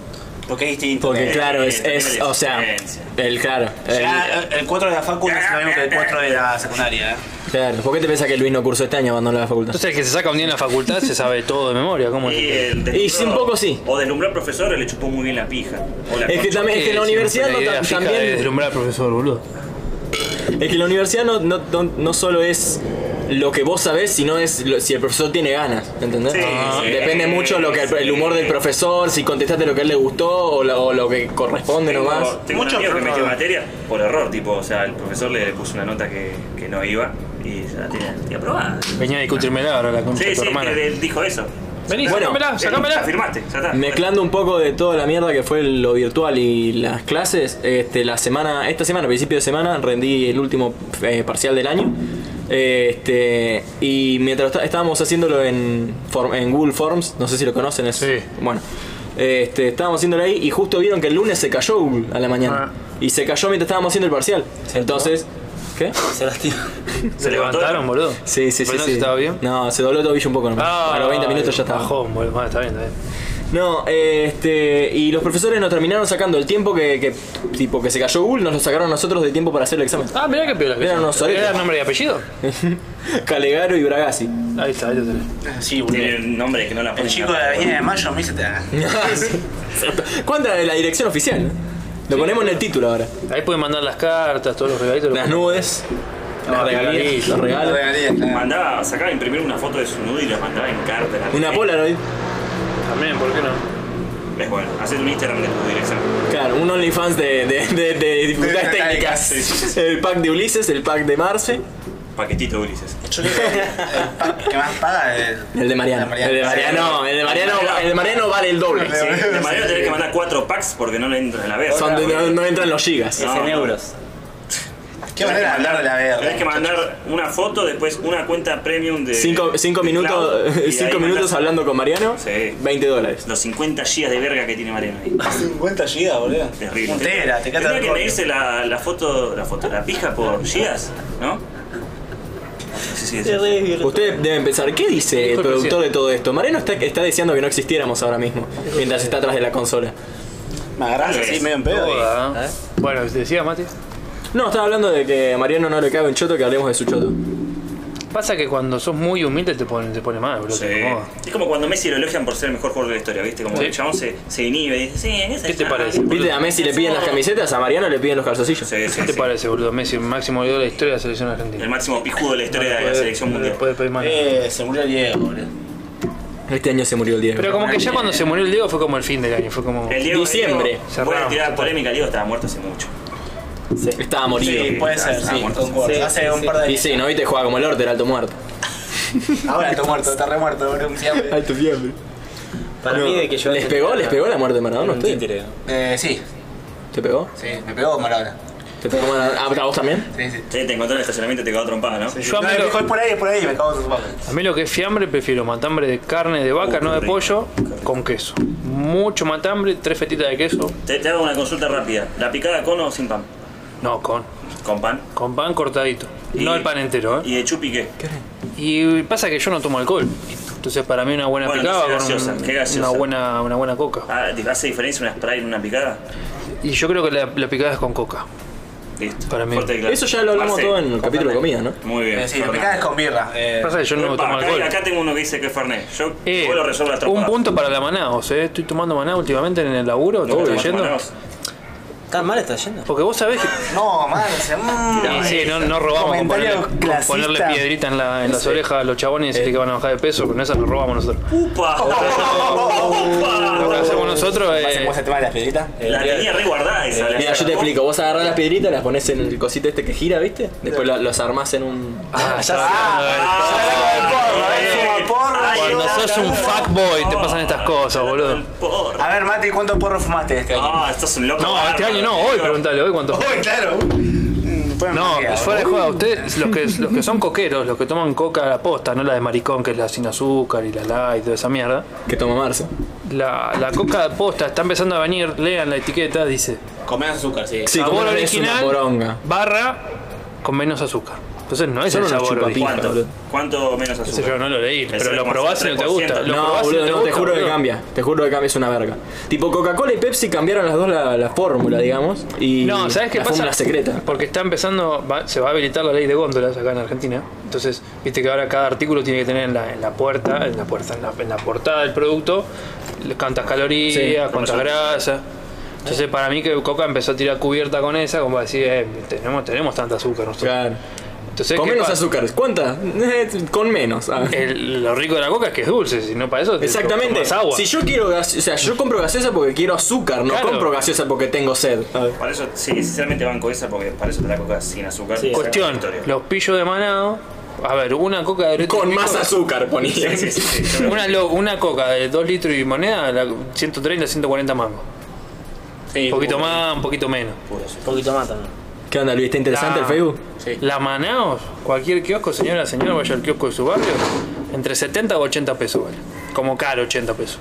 [SPEAKER 5] Porque es distinto.
[SPEAKER 1] Porque
[SPEAKER 3] Eh,
[SPEAKER 1] claro, es,
[SPEAKER 3] también
[SPEAKER 1] es-
[SPEAKER 3] hay
[SPEAKER 1] o sea,
[SPEAKER 3] diferencia.
[SPEAKER 1] el claro. el-
[SPEAKER 5] Ya, el 4 de la facu no es lo mismo que el 4 de la secundaria, ¿eh?
[SPEAKER 1] claro. ¿Por qué te pensás que Luis no cursó este año abandonó la facultad?
[SPEAKER 4] Entonces el que se saca un día en la facultad se sabe todo de memoria, ¿cómo es?
[SPEAKER 3] Y, el
[SPEAKER 1] Y sí, un poco sí.
[SPEAKER 3] O deslumbró al profesor o le chupó muy bien la pija. O la
[SPEAKER 1] Es que
[SPEAKER 3] concha.
[SPEAKER 1] también es que en la
[SPEAKER 4] Sí,
[SPEAKER 1] universidad
[SPEAKER 4] siempre
[SPEAKER 1] no
[SPEAKER 4] fue la
[SPEAKER 1] tam-
[SPEAKER 4] idea fija de
[SPEAKER 1] también
[SPEAKER 4] deslumbrar al profesor, boludo.
[SPEAKER 1] es que la universidad no, no, no, no solo es lo que vos sabés, sino es lo- si el profesor tiene ganas, ¿entendés? Ah,
[SPEAKER 3] Sí, sí.
[SPEAKER 1] Depende mucho lo que el, el humor del profesor, si contestaste lo que a él le gustó o lo, o lo que corresponde
[SPEAKER 3] Tengo-
[SPEAKER 1] nomás.
[SPEAKER 3] Tengo
[SPEAKER 5] Mucho
[SPEAKER 3] un amigo que
[SPEAKER 5] error.
[SPEAKER 3] metió materia por error, tipo, o sea, el profesor le puso una nota que, que no iba y ya la tenía, tenía aprobada.
[SPEAKER 4] Venía a discutirmela ahora la concha
[SPEAKER 3] Sí,
[SPEAKER 4] de tu
[SPEAKER 3] sí,
[SPEAKER 4] hermana.
[SPEAKER 3] que dijo eso.
[SPEAKER 4] Vení,
[SPEAKER 1] Bueno, eh,
[SPEAKER 4] sacámela,
[SPEAKER 3] La
[SPEAKER 4] sacámela.
[SPEAKER 3] firmaste, ya está.
[SPEAKER 1] Mezclando un poco de toda la mierda que fue lo virtual y las clases, este, la semana, esta semana, principio de semana, rendí el último eh, parcial del año. Este, y mientras está- estábamos haciéndolo en, form- en Google Forms, no sé si lo conocen, es,
[SPEAKER 4] Sí.
[SPEAKER 1] bueno. Este, estábamos haciéndolo ahí y justo vieron que el lunes se cayó Google a la mañana.
[SPEAKER 4] Ah.
[SPEAKER 1] Y se cayó mientras estábamos haciendo el parcial. Entonces, ¿qué?
[SPEAKER 2] Se las tira.
[SPEAKER 4] Se levantaron, boludo.
[SPEAKER 1] Sí, sí, sí.
[SPEAKER 4] ¿Pero no
[SPEAKER 1] sí.
[SPEAKER 4] estaba bien?
[SPEAKER 1] No, se dobló el tobillo un poco nomás.
[SPEAKER 4] Ah,
[SPEAKER 1] a los 20 minutos ya estaba.
[SPEAKER 4] Bajón, boludo. Ah, está bien, está bien.
[SPEAKER 1] No, eh, este. Y los profesores nos terminaron sacando el tiempo que, que- tipo que se cayó Google, nos lo sacaron a nosotros de tiempo para hacer el examen.
[SPEAKER 4] Ah, mirá qué piola. que
[SPEAKER 1] Eran
[SPEAKER 4] son.
[SPEAKER 1] unos oretes.
[SPEAKER 4] ¿Era nombre y apellido?
[SPEAKER 1] Calegaro y Bragasi.
[SPEAKER 4] Ahí está, ahí lo tenés.
[SPEAKER 5] Sí,
[SPEAKER 3] Tiene
[SPEAKER 5] boludo.
[SPEAKER 3] un nombre que no la
[SPEAKER 5] El
[SPEAKER 3] ponen
[SPEAKER 5] chico de la
[SPEAKER 3] acá.
[SPEAKER 5] avenida de mayo me hizo.
[SPEAKER 1] ¿Cuánta de la dirección oficial? eh? Lo ponemos en el título ahora.
[SPEAKER 4] Ahí pueden mandar las cartas, todos los regalitos. lo-
[SPEAKER 1] Las nubes, las regalías, los regalos.
[SPEAKER 5] Regalía.
[SPEAKER 3] Mandaba, sacaba, imprimir una foto de su nudo y la mandaba en carta. la-
[SPEAKER 1] Una Polaroid.
[SPEAKER 4] También, ¿por qué no?
[SPEAKER 3] Es bueno, hacer un Instagram de tu dirección.
[SPEAKER 1] Claro, un OnlyFans de, de, de- de dificultades
[SPEAKER 5] De- de-
[SPEAKER 1] técnicas.
[SPEAKER 3] sí, sí, sí.
[SPEAKER 1] El pack de Ulises, el pack de Marce,
[SPEAKER 3] Paquetito de Ulises.
[SPEAKER 5] Yo creo que el pa- que más paga es.
[SPEAKER 1] el de Mariano. El de Mariano, el de Mariano, el de Mariano vale el doble.
[SPEAKER 3] Sí, de manera tenés que mandar cuatro packs porque no le entran en la vez.
[SPEAKER 1] Son de- no, no entran los gigas.
[SPEAKER 2] Es en
[SPEAKER 3] no.
[SPEAKER 2] euros.
[SPEAKER 5] Qué manera de hablar de la verga.
[SPEAKER 3] Tenés que mandar una foto, después una cuenta premium de.
[SPEAKER 1] Cinco, cinco
[SPEAKER 3] Eh, de
[SPEAKER 1] minutos,
[SPEAKER 3] cloud, y
[SPEAKER 1] cinco
[SPEAKER 3] ahí
[SPEAKER 1] minutos
[SPEAKER 3] mandás
[SPEAKER 1] hablando con Mariano,
[SPEAKER 3] Sí.
[SPEAKER 1] 20 dólares.
[SPEAKER 3] Los 50 gigas de verga que tiene Mariano ahí.
[SPEAKER 5] 50 gigas, boludo.
[SPEAKER 3] Terrible.
[SPEAKER 5] Entera, te quedas
[SPEAKER 3] Tendría que
[SPEAKER 5] corto.
[SPEAKER 3] medirse la, la foto, la foto, la pija por gigas, ¿no? Sí, sí, sí.
[SPEAKER 1] Ustedes deben pensar, ¿qué dice el
[SPEAKER 4] Disculpe,
[SPEAKER 1] productor
[SPEAKER 4] sí.
[SPEAKER 1] de todo esto? Mariano está, está deseando que no existiéramos ahora mismo, mientras está atrás de la consola.
[SPEAKER 5] Me agarras así medio en pedo. y-
[SPEAKER 4] Toda, ¿eh? Bueno, ¿te decías, Mati?
[SPEAKER 1] No, estaba hablando de que a Mariano no le cabe un choto, que hablemos de su choto.
[SPEAKER 4] Pasa que cuando sos muy humilde te pone, te pone mal, bro.
[SPEAKER 3] Sí.
[SPEAKER 4] te incomoda.
[SPEAKER 3] Es como cuando Messi lo elogian por ser el mejor jugador de la historia, ¿viste? Como
[SPEAKER 4] Sí.
[SPEAKER 3] el chabón se, se inhibe y dice, sí, esa
[SPEAKER 4] ¿Qué te
[SPEAKER 3] ya".
[SPEAKER 4] parece?
[SPEAKER 1] ¿Viste? A Messi le piden las camisetas, a Mariano le piden los calzoncillos.
[SPEAKER 3] Sí, sí,
[SPEAKER 4] ¿Qué te
[SPEAKER 3] sí.
[SPEAKER 4] parece, boludo? Messi, el máximo goleador de la historia de la selección
[SPEAKER 3] El
[SPEAKER 4] argentina.
[SPEAKER 3] máximo pijudo de la historia de la selección
[SPEAKER 4] No le
[SPEAKER 3] mundial.
[SPEAKER 4] puede pedir más nada.
[SPEAKER 5] Eh, se murió Diego, boludo.
[SPEAKER 1] Este año se murió el Diego.
[SPEAKER 4] Pero como que ya cuando se murió el Diego fue como el fin del año, fue como...
[SPEAKER 3] El Diego,
[SPEAKER 1] Diciembre.
[SPEAKER 3] el Diego, voy a
[SPEAKER 4] Cerramos.
[SPEAKER 3] tirar polémica, el Diego estaba muerto hace mucho.
[SPEAKER 1] Estaba morido.
[SPEAKER 5] Sí, puede ser,
[SPEAKER 3] está
[SPEAKER 5] Ah, sí,
[SPEAKER 3] muerto.
[SPEAKER 5] concuerdo.
[SPEAKER 2] Sí,
[SPEAKER 5] Hace
[SPEAKER 2] sí,
[SPEAKER 5] un
[SPEAKER 2] sí.
[SPEAKER 5] par de
[SPEAKER 1] Y
[SPEAKER 5] años.
[SPEAKER 1] sí, ¿no viste? Jugaba como el orte, era alto muerto.
[SPEAKER 5] Ahora está muerto, está re muerto, boludo. siempre.
[SPEAKER 1] Alto fiebre.
[SPEAKER 2] Para mí de que yo...
[SPEAKER 1] ¿Les pegó? ¿Les pegó la muerte de
[SPEAKER 2] Era
[SPEAKER 1] Maradona a
[SPEAKER 2] un
[SPEAKER 1] ustedes?
[SPEAKER 2] títere.
[SPEAKER 5] Eh, sí,
[SPEAKER 1] ¿Te pegó?
[SPEAKER 5] sí, me pegó Maradona.
[SPEAKER 1] ¿Te pegó Maradona? ¿A vos también?
[SPEAKER 5] Sí, sí.
[SPEAKER 3] Sí, te encontró en el estacionamiento y te quedó trompada, ¿no?
[SPEAKER 4] Yo a
[SPEAKER 5] No,
[SPEAKER 4] mí,
[SPEAKER 5] me dijo, es
[SPEAKER 4] lo,
[SPEAKER 5] por ahí, es por ahí, me cago en su papá.
[SPEAKER 4] a mí lo que es fiambre prefiero matambre de carne de vaca,
[SPEAKER 3] Uh,
[SPEAKER 4] no
[SPEAKER 3] qué
[SPEAKER 4] de
[SPEAKER 3] rico,
[SPEAKER 4] pollo,
[SPEAKER 3] qué rico.
[SPEAKER 4] con queso. Mucho matambre, tres fetitas de queso.
[SPEAKER 3] Te, te hago una consulta rápida. ¿La picada con o sin pan?
[SPEAKER 4] No, con,
[SPEAKER 3] ¿Con pan?
[SPEAKER 4] con pan cortadito.
[SPEAKER 3] Y-
[SPEAKER 4] No el pan entero, ¿eh?
[SPEAKER 3] ¿Y de chupi qué?
[SPEAKER 4] Y pasa que yo no tomo alcohol. Entonces para mí una buena
[SPEAKER 3] Bueno,
[SPEAKER 4] picada con
[SPEAKER 3] entonces
[SPEAKER 4] un-
[SPEAKER 3] gaseosa, qué gaseosa.
[SPEAKER 4] una, buena, una buena coca.
[SPEAKER 3] Ah, ¿Hace diferencia una spray y una picada?
[SPEAKER 4] Y yo creo que la, la picada es con coca.
[SPEAKER 3] Listo.
[SPEAKER 4] Para mí.
[SPEAKER 3] Fuerte y claro.
[SPEAKER 1] Eso ya lo hablamos
[SPEAKER 3] Marcel,
[SPEAKER 1] todo en el capítulo de comida, ¿no?
[SPEAKER 3] Muy bien.
[SPEAKER 5] Eh, Sí, me
[SPEAKER 3] Fernet.
[SPEAKER 5] cagas con birra. Eh,
[SPEAKER 4] Pasa que yo no
[SPEAKER 3] Epa,
[SPEAKER 4] tomo alcohol.
[SPEAKER 3] acá, acá tengo uno que dice que es Fernet. Yo,
[SPEAKER 4] Eh,
[SPEAKER 3] yo lo resuelvo las trompadas.
[SPEAKER 4] un punto para la Manaos, eh. Estoy tomando Maná últimamente en el laburo, te
[SPEAKER 3] Uy,
[SPEAKER 4] estoy yendo.
[SPEAKER 3] Manaos.
[SPEAKER 2] ¿Tan mal está yendo?
[SPEAKER 4] Porque vos sabés que.
[SPEAKER 5] No, man, se. mm.
[SPEAKER 4] Y sí, no, no robamos con ponerle,
[SPEAKER 5] Comentarios
[SPEAKER 4] con
[SPEAKER 5] clasistas.
[SPEAKER 4] ponerle piedrita en, la- en las orejas a los chabones y decirle que van a bajar de peso, con esa nos robamos nosotros.
[SPEAKER 3] ¡Upa!
[SPEAKER 4] Oh. Lo que hacemos nosotros
[SPEAKER 5] ¿Pasemos
[SPEAKER 4] es.
[SPEAKER 5] el tema de las piedritas?
[SPEAKER 3] La tenía re guardada esa. la
[SPEAKER 1] Mira, yo te
[SPEAKER 3] sacó.
[SPEAKER 1] explico. Vos agarrás las piedritas, las pones en el cosito este que gira, ¿viste? Después lo- los armás en un...
[SPEAKER 4] Ah, ya
[SPEAKER 5] Ah,
[SPEAKER 4] sabes.
[SPEAKER 5] ah,
[SPEAKER 3] eh,
[SPEAKER 5] fuma porro,
[SPEAKER 3] ahí
[SPEAKER 5] boludo.
[SPEAKER 4] Cuando
[SPEAKER 3] está,
[SPEAKER 4] sos un
[SPEAKER 3] carajo.
[SPEAKER 4] fuckboy te
[SPEAKER 3] Ah,
[SPEAKER 4] pasan estas cosas, boludo.
[SPEAKER 3] Porro.
[SPEAKER 5] A ver, Mati, ¿cuánto porro fumaste este año?
[SPEAKER 3] Ah, estás un loco.
[SPEAKER 4] No, este año no, hoy preguntale, hoy cuánto.
[SPEAKER 5] Uy, claro. Mm, fue
[SPEAKER 4] No,
[SPEAKER 5] demasiado.
[SPEAKER 4] fuera de juego, ustedes, los que, los que son coqueros, los que toman coca a la posta, no la de maricón, que es la sin azúcar y la light y toda esa mierda.
[SPEAKER 1] que toma Marzo.
[SPEAKER 4] La, la coca de posta está empezando a venir, lean la etiqueta, dice
[SPEAKER 6] Comés azúcar, sí.
[SPEAKER 1] Sí, como
[SPEAKER 4] sabor
[SPEAKER 1] no es una poronga.
[SPEAKER 4] original barra con menos azúcar. Entonces no es
[SPEAKER 1] Son
[SPEAKER 4] el
[SPEAKER 1] unos
[SPEAKER 4] sabor
[SPEAKER 1] chupapijas,
[SPEAKER 4] original.
[SPEAKER 3] ¿Cuánto?
[SPEAKER 1] boludo.
[SPEAKER 3] ¿Cuánto menos
[SPEAKER 4] Qué sé
[SPEAKER 3] azúcar?
[SPEAKER 4] Yo no lo leí, pero lo probás y no te gusta. Lo
[SPEAKER 1] No,
[SPEAKER 4] probás y
[SPEAKER 1] boludo, no, te
[SPEAKER 4] gusta,
[SPEAKER 1] juro que
[SPEAKER 4] boludo.
[SPEAKER 1] cambia. Te juro que cambia, es una verga. Tipo, Coca-Cola y Pepsi cambiaron las dos la, la fórmula, digamos. Y
[SPEAKER 4] No, ¿sabes qué
[SPEAKER 1] la
[SPEAKER 4] pasa?
[SPEAKER 1] fórmula secreta.
[SPEAKER 4] Porque está empezando, va- se va a habilitar la ley de góndolas acá en Argentina. Entonces, viste que ahora cada artículo tiene que tener en la, en la puerta, en la puerta, en la, en la portada del producto, le- cuántas calorías,
[SPEAKER 1] Sí,
[SPEAKER 4] cuántas grasas. Entonces, para mí que Coca empezó a tirar cubierta con esa, como para decir, eh, tenemos, tenemos tanta azúcar nosotros.
[SPEAKER 1] Claro.
[SPEAKER 4] Entonces,
[SPEAKER 1] Con
[SPEAKER 4] ¿qué
[SPEAKER 1] menos
[SPEAKER 4] pasa?
[SPEAKER 1] azúcares. ¿Cuántas? Eh, Con menos. ah.
[SPEAKER 4] El- lo rico de la coca es que es dulce, si no para eso te
[SPEAKER 1] Exactamente.
[SPEAKER 4] tomás agua.
[SPEAKER 1] Si yo quiero gas- o sea, yo compro gaseosa porque quiero azúcar, no
[SPEAKER 4] Claro.
[SPEAKER 1] compro gaseosa porque tengo sed.
[SPEAKER 3] Para eso, sí, sinceramente banco esa porque para eso te la coca sin azúcar.
[SPEAKER 2] Sí,
[SPEAKER 4] Cuestión, los pillos de manado, a ver, una coca de
[SPEAKER 1] Con más azúcar, ponía.
[SPEAKER 3] Sí, sí, sí, sí, yo lo-
[SPEAKER 4] Una, lo- una coca de 2 litros y moneda, la 130, 140 mangos.
[SPEAKER 6] Sí,
[SPEAKER 4] Un poquito
[SPEAKER 6] puro.
[SPEAKER 4] más, un poquito menos.
[SPEAKER 2] Un poquito más también.
[SPEAKER 1] ¿Qué onda, Luis? ¿Está interesante
[SPEAKER 4] La-
[SPEAKER 1] el Facebook?
[SPEAKER 6] Sí.
[SPEAKER 4] La Manaos, cualquier kiosco, señora, señor, vaya al kiosco de su barrio, entre 70 o 80 pesos vale. Como caro, 80 pesos.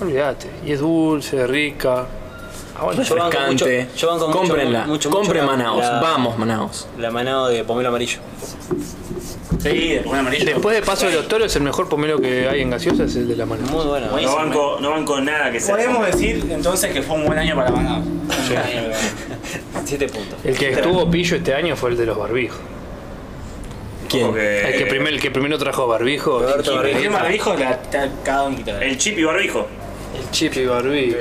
[SPEAKER 4] Olvídate. Y es dulce, rica. Ah, bueno,
[SPEAKER 2] Yo banco mucho-
[SPEAKER 1] Cante.
[SPEAKER 2] yo banco mucho-
[SPEAKER 1] Cómprenla.
[SPEAKER 2] mucho, mucho
[SPEAKER 1] Compren
[SPEAKER 2] la-
[SPEAKER 1] Manaos.
[SPEAKER 2] la-
[SPEAKER 1] Vamos, Manaos.
[SPEAKER 2] La manado de pomelo amarillo.
[SPEAKER 6] Sí, de un amarillo.
[SPEAKER 4] Después de Paso de los Toros, el mejor pomelo que hay en gaseosa es el de la Manaos.
[SPEAKER 2] Muy buena.
[SPEAKER 3] No banco, no banco nada que sea.
[SPEAKER 5] Podemos decir entonces que fue un buen año para Manaus.
[SPEAKER 2] 7 puntos.
[SPEAKER 4] El que estuvo pillo este año fue el de los barbijos.
[SPEAKER 1] ¿Quién?
[SPEAKER 3] Porque
[SPEAKER 4] El que, primer- el que primero trajo barbijo.
[SPEAKER 2] Roberto
[SPEAKER 4] el
[SPEAKER 2] Barbijo.
[SPEAKER 5] El barbijo la está cada un quitado.
[SPEAKER 3] El chip y barbijo.
[SPEAKER 4] chip y barbijo.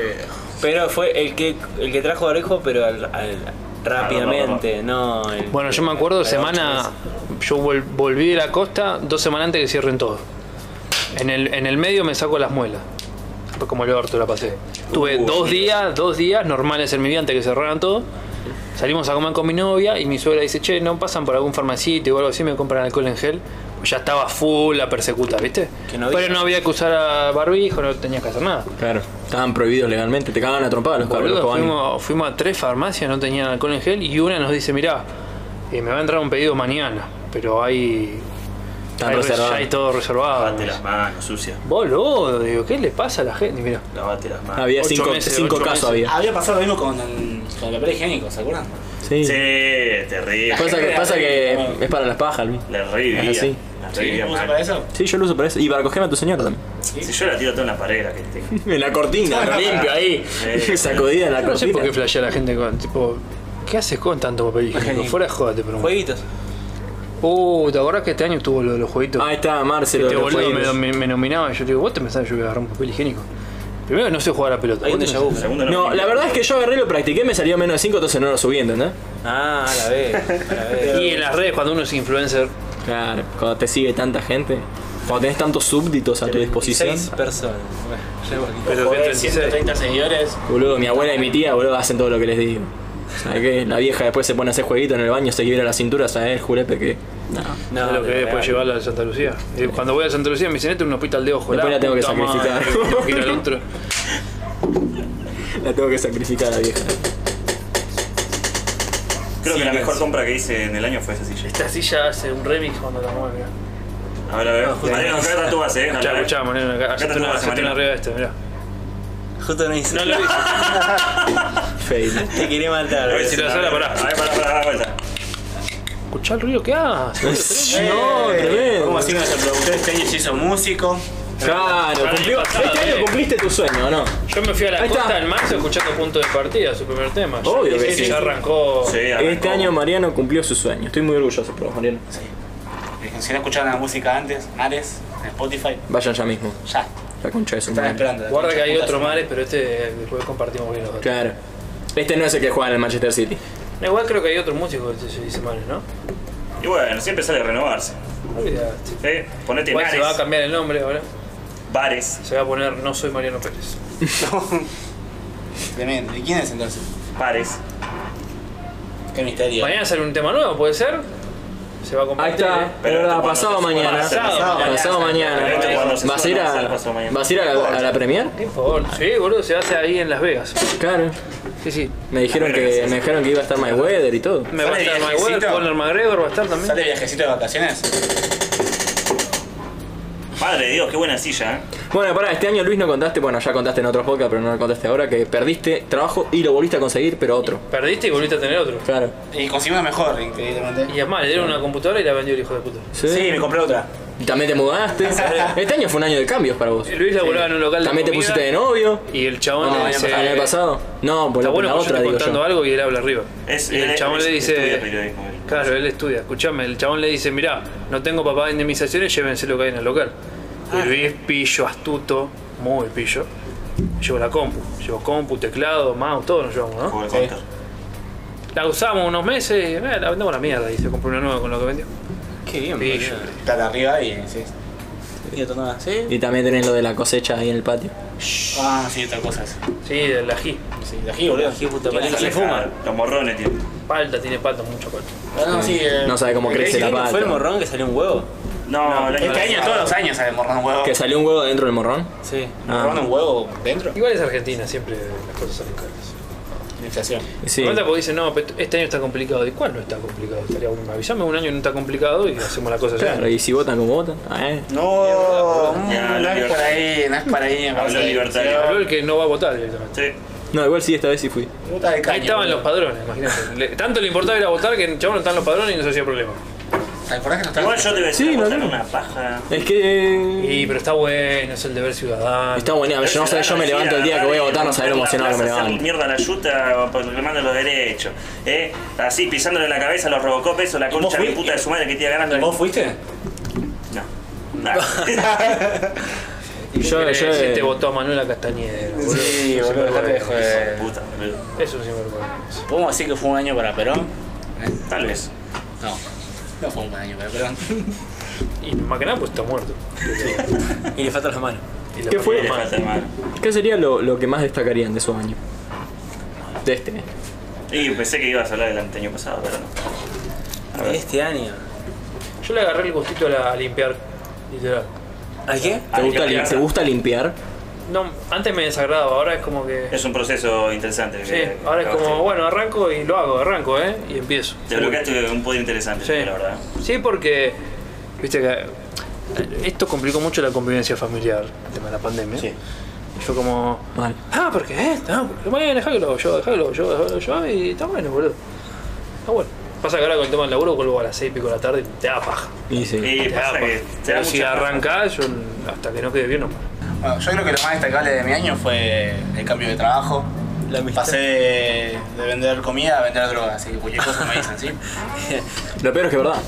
[SPEAKER 2] Pero fue el que el que trajo Orejo, pero al, al- rápidamente, no. el-
[SPEAKER 4] Bueno, yo me acuerdo
[SPEAKER 2] al ocho
[SPEAKER 4] semana,
[SPEAKER 2] meses.
[SPEAKER 4] yo vol- volví de la costa, dos semanas antes que cierren todo. En el, en el medio me saco las muelas. Fue como el orto la pasé. Tuve
[SPEAKER 3] Uh,
[SPEAKER 4] dos
[SPEAKER 3] mira.
[SPEAKER 4] días, dos días normales en mi vida antes que cerraran todo. Salimos a comer con mi novia y mi suegra dice, che, no pasan por algún farmacito o algo así, me compran alcohol en gel. Ya estaba full la persecuta, ¿viste?
[SPEAKER 2] Que no había.
[SPEAKER 4] Pero no había que usar a barbijo, no tenía que hacer nada.
[SPEAKER 1] Claro. Estaban prohibidos legalmente. Te cagan a trompadas los cabros.
[SPEAKER 4] Boludo,
[SPEAKER 1] los cobanes.
[SPEAKER 4] fuimos, fuimos a tres farmacias, no tenían alcohol en gel y una nos dice, mirá, Eh, me va a entrar un pedido mañana, pero hay.
[SPEAKER 1] Están
[SPEAKER 4] hay res-
[SPEAKER 1] reservados.
[SPEAKER 4] ya hay todo reservado.
[SPEAKER 3] Lavate las manos, sucia.
[SPEAKER 4] Boludo, digo, ¿qué le pasa a la gente? Mira,
[SPEAKER 3] Lavate las manos.
[SPEAKER 1] Había
[SPEAKER 4] Ocho
[SPEAKER 1] cinco,
[SPEAKER 4] meses,
[SPEAKER 1] cinco
[SPEAKER 4] ocho
[SPEAKER 1] casos
[SPEAKER 4] meses.
[SPEAKER 1] había.
[SPEAKER 6] Había pasado lo mismo con, con el papel higiénico, ¿se acuerdan?
[SPEAKER 1] Sí.
[SPEAKER 3] Sí, terrible.
[SPEAKER 1] Pasa que, pasa que es para las pajas, Luis.
[SPEAKER 3] La revivía.
[SPEAKER 1] Ah, sí.
[SPEAKER 3] La
[SPEAKER 6] Sí,
[SPEAKER 3] revivía
[SPEAKER 6] ¿cómo usa
[SPEAKER 3] mal.
[SPEAKER 6] para eso?
[SPEAKER 1] Sí, yo lo uso para eso. Y para cogerme a tu señora también.
[SPEAKER 3] Si yo la tiro toda en la pared, la que tengo.
[SPEAKER 1] En la cortina, lo limpio ahí.
[SPEAKER 3] Sí.
[SPEAKER 1] Sacudida en la
[SPEAKER 4] Eh. no sé por qué
[SPEAKER 1] cortina.
[SPEAKER 4] flashea la gente con. Tipo, ¿qué haces con tanto papel higiénico? Fuera de joda, te pregunto.
[SPEAKER 2] Jueguitos.
[SPEAKER 4] Uh, ¿te acordás que este año tuvo lo de los jueguitos?
[SPEAKER 1] Ahí está Marcelo.
[SPEAKER 4] Este
[SPEAKER 1] los
[SPEAKER 4] boludo me,
[SPEAKER 1] jueguitos.
[SPEAKER 4] me- me nominaba y yo digo, ¿vos te pensás que yo voy a agarrar un papel higiénico? Primero que no sé jugar a la pelota.
[SPEAKER 2] Hay un
[SPEAKER 4] ¿Vos te
[SPEAKER 2] déjà vu.
[SPEAKER 3] La segunda
[SPEAKER 1] No, la verdad es que yo agarré, lo practiqué, me salió menos de 5, entonces no lo subí, ¿entendés?
[SPEAKER 2] Ah, a la vez. a la vez.
[SPEAKER 4] Y en las redes, cuando uno es influencer,
[SPEAKER 1] Claro, cuando te sigue tanta gente, cuando tenés tantos súbditos a tu disposición.
[SPEAKER 2] Seis personas. Bueno, llevo aquí.
[SPEAKER 4] pero
[SPEAKER 6] Joder, 130 seguidores.
[SPEAKER 1] Boludo, mi abuela y mi tía, boludo, hacen todo lo que les digo. O sea, que la vieja después se pone a hacer jueguito en el baño, se quiebra la cintura, ¿sabes? El julepe que. No.
[SPEAKER 2] No,
[SPEAKER 4] ¿Sabes lo que es
[SPEAKER 2] pero
[SPEAKER 4] después
[SPEAKER 2] real.
[SPEAKER 4] llevarla a Santa Lucía? Eh, cuando voy a Santa Lucía me dicen, este es un hospital de ojo.
[SPEAKER 1] Después la tengo que
[SPEAKER 4] puta madre,
[SPEAKER 1] sacrificar.
[SPEAKER 4] tengo que ir al otro.
[SPEAKER 1] La tengo que sacrificar a la vieja.
[SPEAKER 3] Creo que la mejor compra que hice en el año fue esa silla.
[SPEAKER 4] Esta silla hace un remix cuando la mueve, mirá.
[SPEAKER 3] Ahora veo. Acá está tu base, eh.
[SPEAKER 4] Escuchá, escuchá, Mariano, acá,
[SPEAKER 3] Acá
[SPEAKER 4] hacete
[SPEAKER 3] te
[SPEAKER 4] una,
[SPEAKER 3] tomas,
[SPEAKER 4] hacete una
[SPEAKER 3] Mariano.
[SPEAKER 4] arriba de este, mirá.
[SPEAKER 2] Justo no hice.
[SPEAKER 4] No lo hice.
[SPEAKER 1] Fail.
[SPEAKER 2] Te quería matar.
[SPEAKER 3] A ver
[SPEAKER 2] boludo.
[SPEAKER 3] si
[SPEAKER 4] la
[SPEAKER 3] la
[SPEAKER 4] sala,
[SPEAKER 3] sala,
[SPEAKER 4] pará.
[SPEAKER 3] pará. A ver, pará, pará, da vuelta.
[SPEAKER 4] Escuchá el ruido que hace.
[SPEAKER 1] No,
[SPEAKER 5] Eh,
[SPEAKER 6] Como
[SPEAKER 1] tremendo.
[SPEAKER 6] así que nuestro productor este año se hizo músico.
[SPEAKER 1] Claro, cumplió. Este año cumpliste tu sueño, ¿o no?
[SPEAKER 4] Yo me fui a la
[SPEAKER 1] Ahí está.
[SPEAKER 4] costa en marzo escuchando punto de partida, su primer tema.
[SPEAKER 1] Obvio
[SPEAKER 4] ya,
[SPEAKER 1] que
[SPEAKER 4] ese
[SPEAKER 1] sí.
[SPEAKER 4] ya arrancó.
[SPEAKER 3] Sí, arrancó.
[SPEAKER 1] Este año Mariano cumplió su sueño. Estoy muy orgulloso por vos, Mariano.
[SPEAKER 6] Si no escuchaban la música antes, antes, en Spotify,
[SPEAKER 1] Vayan ya mismo.
[SPEAKER 6] ya.
[SPEAKER 1] La concha de su
[SPEAKER 6] Están
[SPEAKER 1] madre.
[SPEAKER 6] esperando.
[SPEAKER 4] Guarda que hay
[SPEAKER 6] Puta
[SPEAKER 4] otro
[SPEAKER 6] su-
[SPEAKER 4] mares, pero este eh, después compartimos bien los dos.
[SPEAKER 1] Claro. Este no es el que juega en el Manchester City.
[SPEAKER 4] No, igual creo que hay otro músico que se dice mares, ¿no?
[SPEAKER 3] Y bueno, siempre sale a renovarse.
[SPEAKER 4] Olvidate.
[SPEAKER 3] ¿eh? Ponete
[SPEAKER 4] Igual se va a
[SPEAKER 3] bares.
[SPEAKER 4] cambiar el nombre ahora.
[SPEAKER 3] Bares.
[SPEAKER 4] Se va a poner No soy Mariano Pérez.
[SPEAKER 6] Tremendo. ¿Y quién es entonces?
[SPEAKER 3] Bares.
[SPEAKER 6] Qué misterio.
[SPEAKER 4] Mañana sale un tema nuevo, ¿puede ser? Se va a
[SPEAKER 1] Ahí
[SPEAKER 4] compartir.
[SPEAKER 1] está,
[SPEAKER 4] ¿eh?
[SPEAKER 3] Pero
[SPEAKER 1] pero
[SPEAKER 3] esto cuando
[SPEAKER 1] pasado
[SPEAKER 3] se suba,
[SPEAKER 1] mañana.
[SPEAKER 3] pasado
[SPEAKER 1] Pasado,
[SPEAKER 6] mañana.
[SPEAKER 1] mañana.
[SPEAKER 3] Pero esto cuando se
[SPEAKER 1] ¿Vas a
[SPEAKER 3] suba
[SPEAKER 1] ir
[SPEAKER 3] no va a ser
[SPEAKER 1] a,
[SPEAKER 3] pasado mañana.
[SPEAKER 1] ¿vas a, ir a, la- a la Premier?
[SPEAKER 4] Qué favor. Sí, boludo, se hace ahí en Las Vegas.
[SPEAKER 1] Claro.
[SPEAKER 4] Sí, sí.
[SPEAKER 1] Me dijeron que me dijeron que iba a estar My Weather y todo.
[SPEAKER 4] Me va a
[SPEAKER 6] ¿Sale
[SPEAKER 4] estar Mayweather,
[SPEAKER 6] viajecito?
[SPEAKER 4] Conor McGregor va a estar también.
[SPEAKER 6] ¿Sale viajecito de vacaciones?
[SPEAKER 3] Madre de Dios, qué buena silla, eh.
[SPEAKER 1] Bueno, pará, este año Luis no contaste, bueno, ya contaste en otros podcast, pero no lo contaste ahora, que perdiste trabajo y lo volviste a conseguir, pero otro.
[SPEAKER 4] Perdiste y volviste a tener otro.
[SPEAKER 1] Claro.
[SPEAKER 6] Y consiguió una mejor, increíblemente.
[SPEAKER 4] Y es más, le dieron una computadora y la vendió el hijo de puta.
[SPEAKER 1] Sí.
[SPEAKER 6] me compré otra.
[SPEAKER 1] Y también te mudaste. Este año fue un año de cambios para vos.
[SPEAKER 4] Luis laburaba en un local de
[SPEAKER 1] También te
[SPEAKER 4] comida
[SPEAKER 1] pusiste de novio.
[SPEAKER 4] Y el chabón
[SPEAKER 1] No,
[SPEAKER 4] le
[SPEAKER 1] el
[SPEAKER 4] dice...
[SPEAKER 1] año pasado. No, por
[SPEAKER 4] Está
[SPEAKER 1] la,
[SPEAKER 4] bueno
[SPEAKER 1] la
[SPEAKER 4] que yo
[SPEAKER 1] otra
[SPEAKER 4] estoy
[SPEAKER 1] digo
[SPEAKER 4] contando
[SPEAKER 1] yo.
[SPEAKER 4] algo y él habla arriba.
[SPEAKER 3] Es-
[SPEAKER 4] y el
[SPEAKER 3] él-
[SPEAKER 4] chabón
[SPEAKER 3] él
[SPEAKER 4] le
[SPEAKER 3] estudia
[SPEAKER 4] dice...
[SPEAKER 3] periodismo, eh. él.
[SPEAKER 4] Claro, él estudia. Escuchame, el chabón le dice, mirá, no tengo papá de indemnizaciones, llévense lo que hay en el local.
[SPEAKER 1] Ah.
[SPEAKER 4] Y Luis, pillo, astuto, muy pillo. Llevo la compu. Llevo compu, teclado, mouse, todo nos llevamos, ¿no?
[SPEAKER 3] Juego de counter.
[SPEAKER 4] La usamos unos meses y eh, la vendemos a la mierda. Y se compró una nueva con lo que vendió.
[SPEAKER 2] Qué bien,
[SPEAKER 4] Pillo.
[SPEAKER 2] boludo.
[SPEAKER 6] Está de arriba y sí.
[SPEAKER 2] Y otro nada. Sí.
[SPEAKER 1] Y también tenés lo de la cosecha ahí en el patio.
[SPEAKER 6] Ah, sí, otra cosa. esa.
[SPEAKER 4] Sí, de la G.
[SPEAKER 6] Sí, de aquí, boludo.
[SPEAKER 2] Qué puta
[SPEAKER 6] ¿Quién
[SPEAKER 2] madre.
[SPEAKER 6] sale?
[SPEAKER 2] Se fuma.
[SPEAKER 3] Los morrones, tío.
[SPEAKER 4] Palta, tiene palta, mucho palta.
[SPEAKER 6] Ah, No, sí, eh,
[SPEAKER 1] No sabe cómo crece la
[SPEAKER 2] ¿Fue el
[SPEAKER 1] pata.
[SPEAKER 2] morrón que salió un huevo?
[SPEAKER 3] No, el año
[SPEAKER 6] Este año, todos los años sale morrón un huevo.
[SPEAKER 1] ¿Que salió un huevo dentro del morrón? Ah,
[SPEAKER 2] Sí.
[SPEAKER 6] ¿Morrón un huevo dentro?
[SPEAKER 4] Igual es Argentina, siempre las cosas salen caras.
[SPEAKER 6] La Inflación.
[SPEAKER 1] Sí.
[SPEAKER 4] Falta porque dicen, no, pero este año está complicado. ¿Y cuál no está complicado? Estaría bueno. Avisame un año que no está complicado y hacemos la cosa así.
[SPEAKER 1] Claro, y si votan como votan. Ah, eh.
[SPEAKER 6] No,
[SPEAKER 3] Ya,
[SPEAKER 6] Mm, no,
[SPEAKER 3] la
[SPEAKER 6] es por
[SPEAKER 3] libertad.
[SPEAKER 6] ahí, no es por ahí. me
[SPEAKER 3] Habló
[SPEAKER 6] parece.
[SPEAKER 3] libertario.
[SPEAKER 4] Habló el que no va a votar directamente.
[SPEAKER 3] Sí.
[SPEAKER 1] No, igual sí, esta vez sí fui.
[SPEAKER 6] Puta de caña,
[SPEAKER 4] Ahí estaban
[SPEAKER 6] boludo.
[SPEAKER 4] los padrones, imagínate. Le- tanto le importaba ir a votar que chabón no estaban los padrones y no se hacía problema.
[SPEAKER 6] ¿Te acordás que no estaba?
[SPEAKER 3] Igual yo te voy a
[SPEAKER 1] Sí,
[SPEAKER 3] decir,
[SPEAKER 1] lo
[SPEAKER 3] apostar
[SPEAKER 1] vi.
[SPEAKER 3] una paja.
[SPEAKER 1] Es que.
[SPEAKER 4] Y pero está bueno, es el deber ciudadano.
[SPEAKER 1] Está buena, yo no sé, yo me levanto el día que voy a votar, no saber emocionado que me
[SPEAKER 3] Hacer
[SPEAKER 1] levanto.
[SPEAKER 3] mierda a la yuta por reclamando los derechos. ¿eh? Así, pisándole la cabeza a los robocop, eso, la
[SPEAKER 6] vos
[SPEAKER 3] concha de
[SPEAKER 6] fui-
[SPEAKER 3] puta de su madre que te iba ganando.
[SPEAKER 6] ¿Vos fuiste?
[SPEAKER 3] No. Nah.
[SPEAKER 4] ¿Qué
[SPEAKER 1] Yo,
[SPEAKER 4] querés
[SPEAKER 1] yo,
[SPEAKER 4] decir?
[SPEAKER 1] eh,
[SPEAKER 4] te votó a Manuela Castañeda. boludo.
[SPEAKER 6] Sí, boludo, dejate de joder.
[SPEAKER 3] Puta, boludo.
[SPEAKER 4] Eso es sinvergüenza.
[SPEAKER 6] ¿Podemos decir que fue un año para Perón?
[SPEAKER 3] Tal vez.
[SPEAKER 6] No, no fue un buen año para Perón.
[SPEAKER 4] Y más que nada, pues está muerto.
[SPEAKER 2] Y le faltan las manos.
[SPEAKER 4] Y la
[SPEAKER 1] ¿Qué fue?
[SPEAKER 3] Le falta el mal.
[SPEAKER 1] ¿Qué sería lo, lo que más destacarían de su año? De este. ¿eh?
[SPEAKER 3] Y pensé que ibas a hablar del anteaño pasado, pero no.
[SPEAKER 2] Este año.
[SPEAKER 4] Yo le agarré el gustito a, la- a limpiar, literal.
[SPEAKER 2] ¿A qué?
[SPEAKER 1] ¿Te
[SPEAKER 3] Hay
[SPEAKER 1] gusta,
[SPEAKER 3] Ah, que
[SPEAKER 1] lim-
[SPEAKER 3] pelear.
[SPEAKER 1] ¿Te gusta limpiar?
[SPEAKER 4] no, antes me desagradaba, ahora es como que.
[SPEAKER 3] Es un proceso interesante. el
[SPEAKER 4] Sí,
[SPEAKER 3] que
[SPEAKER 4] ahora es
[SPEAKER 3] acabaste.
[SPEAKER 4] como, bueno, arranco y lo hago, arranco, ¿eh? Y empiezo.
[SPEAKER 3] Te bloqueaste un poder interesante,
[SPEAKER 4] Sí.
[SPEAKER 3] la verdad.
[SPEAKER 4] Sí, porque, viste que esto complicó mucho la convivencia familiar, el tema de la pandemia.
[SPEAKER 3] Sí.
[SPEAKER 4] Y Yo como,
[SPEAKER 1] Mal.
[SPEAKER 4] ah, porque esto, no, porque bueno, dejá que lo hago yo, dejá que lo hago yo, dejá que lo hago yo, y está bueno, boludo. Está bueno. Pasa que ahora con el tema del laburo vuelvo a las seis y pico de la tarde y te da paja.
[SPEAKER 1] Y sí.
[SPEAKER 3] Y
[SPEAKER 4] Te
[SPEAKER 3] pasa
[SPEAKER 4] da paja.
[SPEAKER 3] que te da
[SPEAKER 4] Ah, pues, Pero si
[SPEAKER 3] mucha-
[SPEAKER 4] arrancás, yo hasta que no quede bien no paro.
[SPEAKER 5] Bueno, Ah, yo creo que lo más destacable de mi año fue el cambio de trabajo.
[SPEAKER 2] La amistad.
[SPEAKER 5] Pasé de, de vender comida a vender droga, así que cualquier cosa me dicen, ¿sí?
[SPEAKER 1] Lo peor es que es verdad.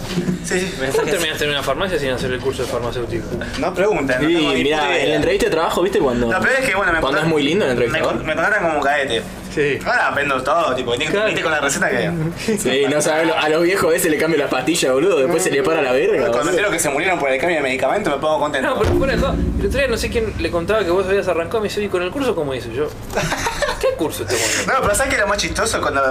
[SPEAKER 5] Sí, sí.
[SPEAKER 4] ¿Cómo terminaste en una farmacia sin hacer el curso de farmacéutico?
[SPEAKER 5] No preguntan. no
[SPEAKER 1] Y
[SPEAKER 5] tengo ni puta
[SPEAKER 1] mira, en la
[SPEAKER 5] idea.
[SPEAKER 1] entrevista de trabajo, ¿viste? Cuando,
[SPEAKER 5] Lo peor es que, bueno, me
[SPEAKER 1] cuando es
[SPEAKER 5] contratan-
[SPEAKER 1] muy lindo el
[SPEAKER 5] Me, con-
[SPEAKER 1] entrevistador.
[SPEAKER 5] me contratan como un cadete.
[SPEAKER 4] Sí.
[SPEAKER 5] Ahora aprendo todo, tipo, viste
[SPEAKER 4] Claro.
[SPEAKER 5] viste con la receta que.
[SPEAKER 1] Sí, no sabes, lo- a los viejos ese le cambio las pastillas, boludo. Después se le para la verga.
[SPEAKER 5] Cuando
[SPEAKER 1] boludo.
[SPEAKER 5] entero que se murieron por el cambio de medicamento me pongo contento.
[SPEAKER 4] No, pero fuera de todo, el otro día no sé quién le contaba que vos habías arrancado, me dice, ¿y con el curso cómo hice yo? ¿Qué curso este boludo?
[SPEAKER 5] No, pero ¿sabes que lo más chistoso cuando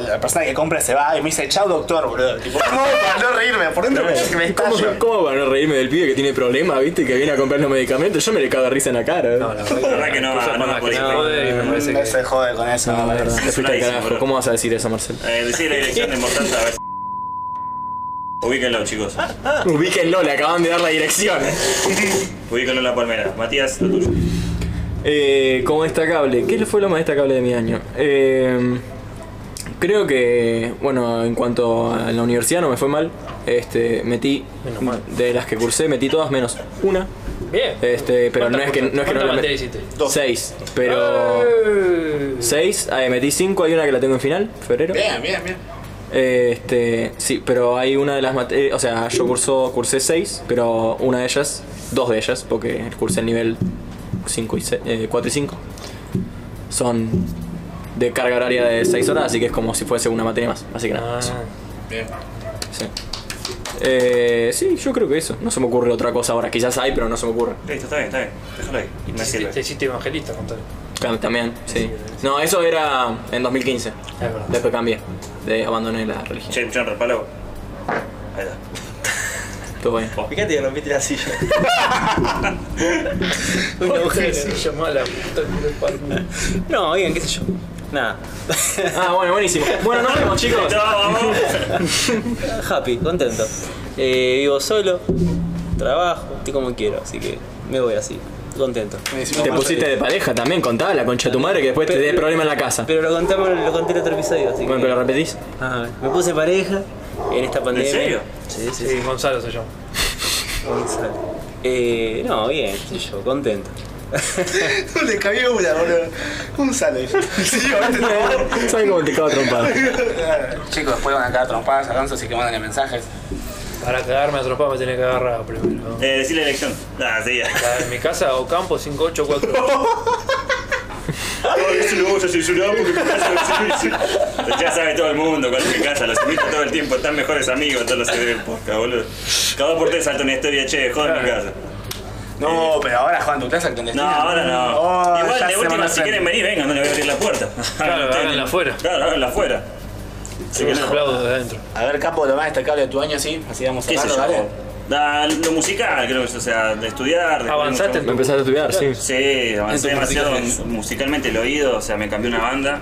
[SPEAKER 5] la persona que compra se va y me dice, chau doctor, boludo? Tipo, ¿cómo para no reírme? Por dentro me, me
[SPEAKER 1] ¿Cómo,
[SPEAKER 5] estallo.
[SPEAKER 1] ¿Cómo para no reírme del pibe que tiene problemas, viste? Que viene a comprar los medicamentos. Yo me le cago de risa en la cara. ¿eh?
[SPEAKER 4] No, la verdad,
[SPEAKER 3] verdad que no,
[SPEAKER 4] curso de
[SPEAKER 3] no me
[SPEAKER 4] farmacia,
[SPEAKER 3] podía
[SPEAKER 4] me jode y me
[SPEAKER 5] Mm, No
[SPEAKER 4] parece que-
[SPEAKER 5] se jode con eso.
[SPEAKER 1] No, la
[SPEAKER 5] me
[SPEAKER 1] verdad.
[SPEAKER 5] parece.
[SPEAKER 1] Te fuiste al
[SPEAKER 3] rarísimo,
[SPEAKER 1] carajo.
[SPEAKER 3] bro.
[SPEAKER 1] ¿Cómo vas a decir eso, Marcel?
[SPEAKER 3] Eh, decí la dirección de Mortanza, a ver. Ubíquenlo, chicos.
[SPEAKER 1] Ubíquenlo, le acaban de dar la dirección.
[SPEAKER 3] Ubíquenlo en la palmera. Matías, lo tuyo.
[SPEAKER 1] Eh, como destacable, ¿qué fue lo más destacable de mi año? Eh, creo que, bueno, en cuanto a la universidad no me fue mal. Este, metí,
[SPEAKER 4] Menos mal.
[SPEAKER 1] de las que cursé, metí todas menos una.
[SPEAKER 4] Bien.
[SPEAKER 1] Este, pero no
[SPEAKER 4] ¿Cuántas
[SPEAKER 1] es que no es que no
[SPEAKER 4] ¿Cuántas
[SPEAKER 1] la
[SPEAKER 4] materias
[SPEAKER 1] met-
[SPEAKER 4] hiciste?
[SPEAKER 1] Seis, pero...
[SPEAKER 4] Eh,
[SPEAKER 1] Seis, ah, metí cinco, hay una que la tengo en final, febrero.
[SPEAKER 5] Bien, bien, bien.
[SPEAKER 1] Eh, Este, sí, pero hay una de las materias, o sea, yo curso, cursé seis, pero una de ellas, dos de ellas, porque cursé el nivel 5 y 4 y 5, son de carga horaria de 6 horas, así que es como si fuese una materia más, así que nada.
[SPEAKER 4] Ah,
[SPEAKER 1] eso,
[SPEAKER 5] Bien.
[SPEAKER 1] sí. Eh, sí, yo creo que eso. No se me ocurre otra cosa ahora. Quizás hay, pero no se me ocurre.
[SPEAKER 3] Listo, está bien, está bien. Déjalo ahí.
[SPEAKER 4] y te
[SPEAKER 3] Me
[SPEAKER 4] hiciste-
[SPEAKER 3] sirve.
[SPEAKER 4] te hiciste evangelista, contale.
[SPEAKER 1] Claro, También, sí. No, eso era en 2015.
[SPEAKER 4] verdad.
[SPEAKER 1] Después cambié. De, abandoné la religión.
[SPEAKER 3] Che, John, repalo. Ahí está.
[SPEAKER 1] Todo bien.
[SPEAKER 2] Fíjate que rompiste la silla. Un agujero. No, oigan, qué sé yo. Nada.
[SPEAKER 1] Ah, bueno, buenísimo. Bueno, nos vemos, chicos.
[SPEAKER 3] No, vamos.
[SPEAKER 2] Happy, contento. Eh, vivo solo, trabajo, estoy como quiero, así que me voy así, contento.
[SPEAKER 1] Te pusiste de pareja también, contaba la concha de tu madre que después te dé problema en la casa.
[SPEAKER 2] Pero lo contamos, lo conté en otro episodio, así
[SPEAKER 1] Bueno,
[SPEAKER 2] que.
[SPEAKER 1] pero lo repetís.
[SPEAKER 2] Ah, me puse pareja en esta pandemia.
[SPEAKER 3] serio?
[SPEAKER 2] Sí, sí, sí.
[SPEAKER 4] Sí, Gonzalo se llama.
[SPEAKER 2] Gonzalo. Eh, no, bien, qué sé yo, contento.
[SPEAKER 5] No le cabía una, boludo. Un sale. Sí,
[SPEAKER 1] ¿Sabes cómo te cago trompado?
[SPEAKER 5] Chicos, después van a quedar trompadas, Alonso, así que mándenle mensajes.
[SPEAKER 4] Para cagarme a trompadas me tenés que agarrar primero. ¿no?
[SPEAKER 3] Eh, decí la dirección. Ah, sí, ya.
[SPEAKER 4] La de mi casa, Ocampo 5848.
[SPEAKER 3] Ay, eso lo vamos a censurar porque mi casa lo censura. Ya sabe todo el mundo cuál es mi casa, los invito todo el tiempo, están mejores amigos todos los que ven el podcast, boludo. Cada dos por tres salta una historia, che, joder mi casa.
[SPEAKER 5] No, pero ahora Juan, tu clase al
[SPEAKER 3] Eh, No, ahora no.
[SPEAKER 5] Oh, ya
[SPEAKER 3] Igual, de
[SPEAKER 5] se
[SPEAKER 3] última,
[SPEAKER 5] van a
[SPEAKER 3] si
[SPEAKER 5] hacer.
[SPEAKER 3] quieren venir, vengan, no le voy a abrir la puerta.
[SPEAKER 4] Claro,
[SPEAKER 3] Ustedes-
[SPEAKER 4] háganla afuera.
[SPEAKER 3] Claro, háganla afuera. Así que
[SPEAKER 4] Los
[SPEAKER 3] no.
[SPEAKER 4] aplaudo de adentro.
[SPEAKER 5] A ver, capo, lo más destacable de tu año, sí. Así vamos
[SPEAKER 3] ¿Qué sé
[SPEAKER 5] cerrando,
[SPEAKER 3] yo?
[SPEAKER 5] ¿vale?
[SPEAKER 3] Da- lo musical, creo que, o sea, de estudiar. de-
[SPEAKER 4] Avanzaste
[SPEAKER 1] Me empezaste a estudiar, sí.
[SPEAKER 3] Sí, avancé
[SPEAKER 2] En tus
[SPEAKER 3] demasiado
[SPEAKER 2] musicales.
[SPEAKER 3] musicalmente el oído, o sea, me cambió una banda.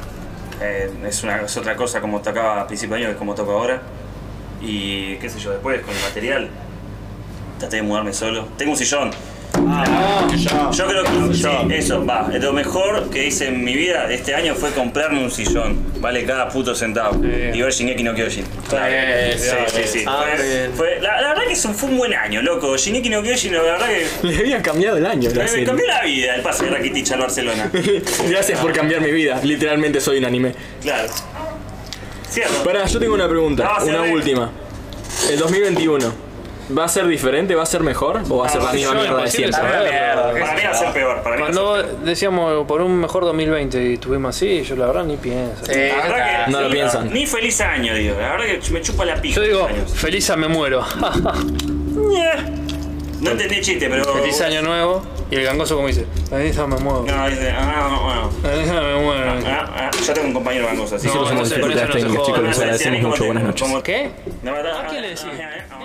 [SPEAKER 3] Eh, es, una, es otra cosa como tocaba a principio de año que como toco ahora. Y qué sé yo, después con el material traté de mudarme solo. Tengo un sillón. Yo creo que sí, eso, va. Lo mejor que hice en mi vida este año fue comprarme un sillón. Vale cada puto centavo. Y ver Shingeki no Kyojin. Claro. Sí, sí, sí. Fue,
[SPEAKER 2] Amén.
[SPEAKER 3] fue- la, la verdad que eso fue un buen año, loco. Shingeki no Kyojin, la verdad que
[SPEAKER 1] Le habían cambiado el año,
[SPEAKER 3] me, me
[SPEAKER 1] gracias.
[SPEAKER 3] cambió la vida el pase de Rakitic al Barcelona.
[SPEAKER 1] Gracias por cambiar mi vida. Literalmente soy un anime.
[SPEAKER 3] Claro. Cierto.
[SPEAKER 1] Pará, yo tengo una pregunta,
[SPEAKER 3] No,
[SPEAKER 1] una
[SPEAKER 3] cerré.
[SPEAKER 1] última. El 2021, ¿va a ser diferente? ¿Va a ser mejor? ¿O va a ser la misma
[SPEAKER 4] yo,
[SPEAKER 1] mierda de
[SPEAKER 4] imposible
[SPEAKER 1] siempre?
[SPEAKER 4] saber.
[SPEAKER 3] para mí va a ser peor. Para mí va a ser
[SPEAKER 4] Cuando decíamos por un mejor 2020 y estuvimos así, yo la verdad ni pienso.
[SPEAKER 5] Sí,
[SPEAKER 3] peor. La verdad que-
[SPEAKER 1] No lo
[SPEAKER 3] sí,
[SPEAKER 1] piensan.
[SPEAKER 3] Ni feliz año, digo. La verdad que me chupa la pija.
[SPEAKER 4] Yo digo,
[SPEAKER 3] los años.
[SPEAKER 4] feliz a me muero.
[SPEAKER 3] No entendí el chiste, pero.
[SPEAKER 4] feliz año nuevo. Y el gangoso como dice, feliz a me muero.
[SPEAKER 3] No, dice. Ah, no, no, no.
[SPEAKER 4] Feliz a me muero.
[SPEAKER 3] Ah, ah, yo tengo un compañero bangoso así.
[SPEAKER 1] Hicimos
[SPEAKER 4] No,
[SPEAKER 1] un
[SPEAKER 4] no
[SPEAKER 1] montón
[SPEAKER 4] sé,
[SPEAKER 1] de
[SPEAKER 4] con eso
[SPEAKER 1] dificultades
[SPEAKER 4] no se
[SPEAKER 1] técnicas,
[SPEAKER 4] joda.
[SPEAKER 1] chicos.
[SPEAKER 4] No
[SPEAKER 1] Les
[SPEAKER 4] sé,
[SPEAKER 1] agradecemos mucho. Buenas noches.
[SPEAKER 4] ¿Qué?
[SPEAKER 3] ¿A
[SPEAKER 4] quién le decís?
[SPEAKER 3] ah,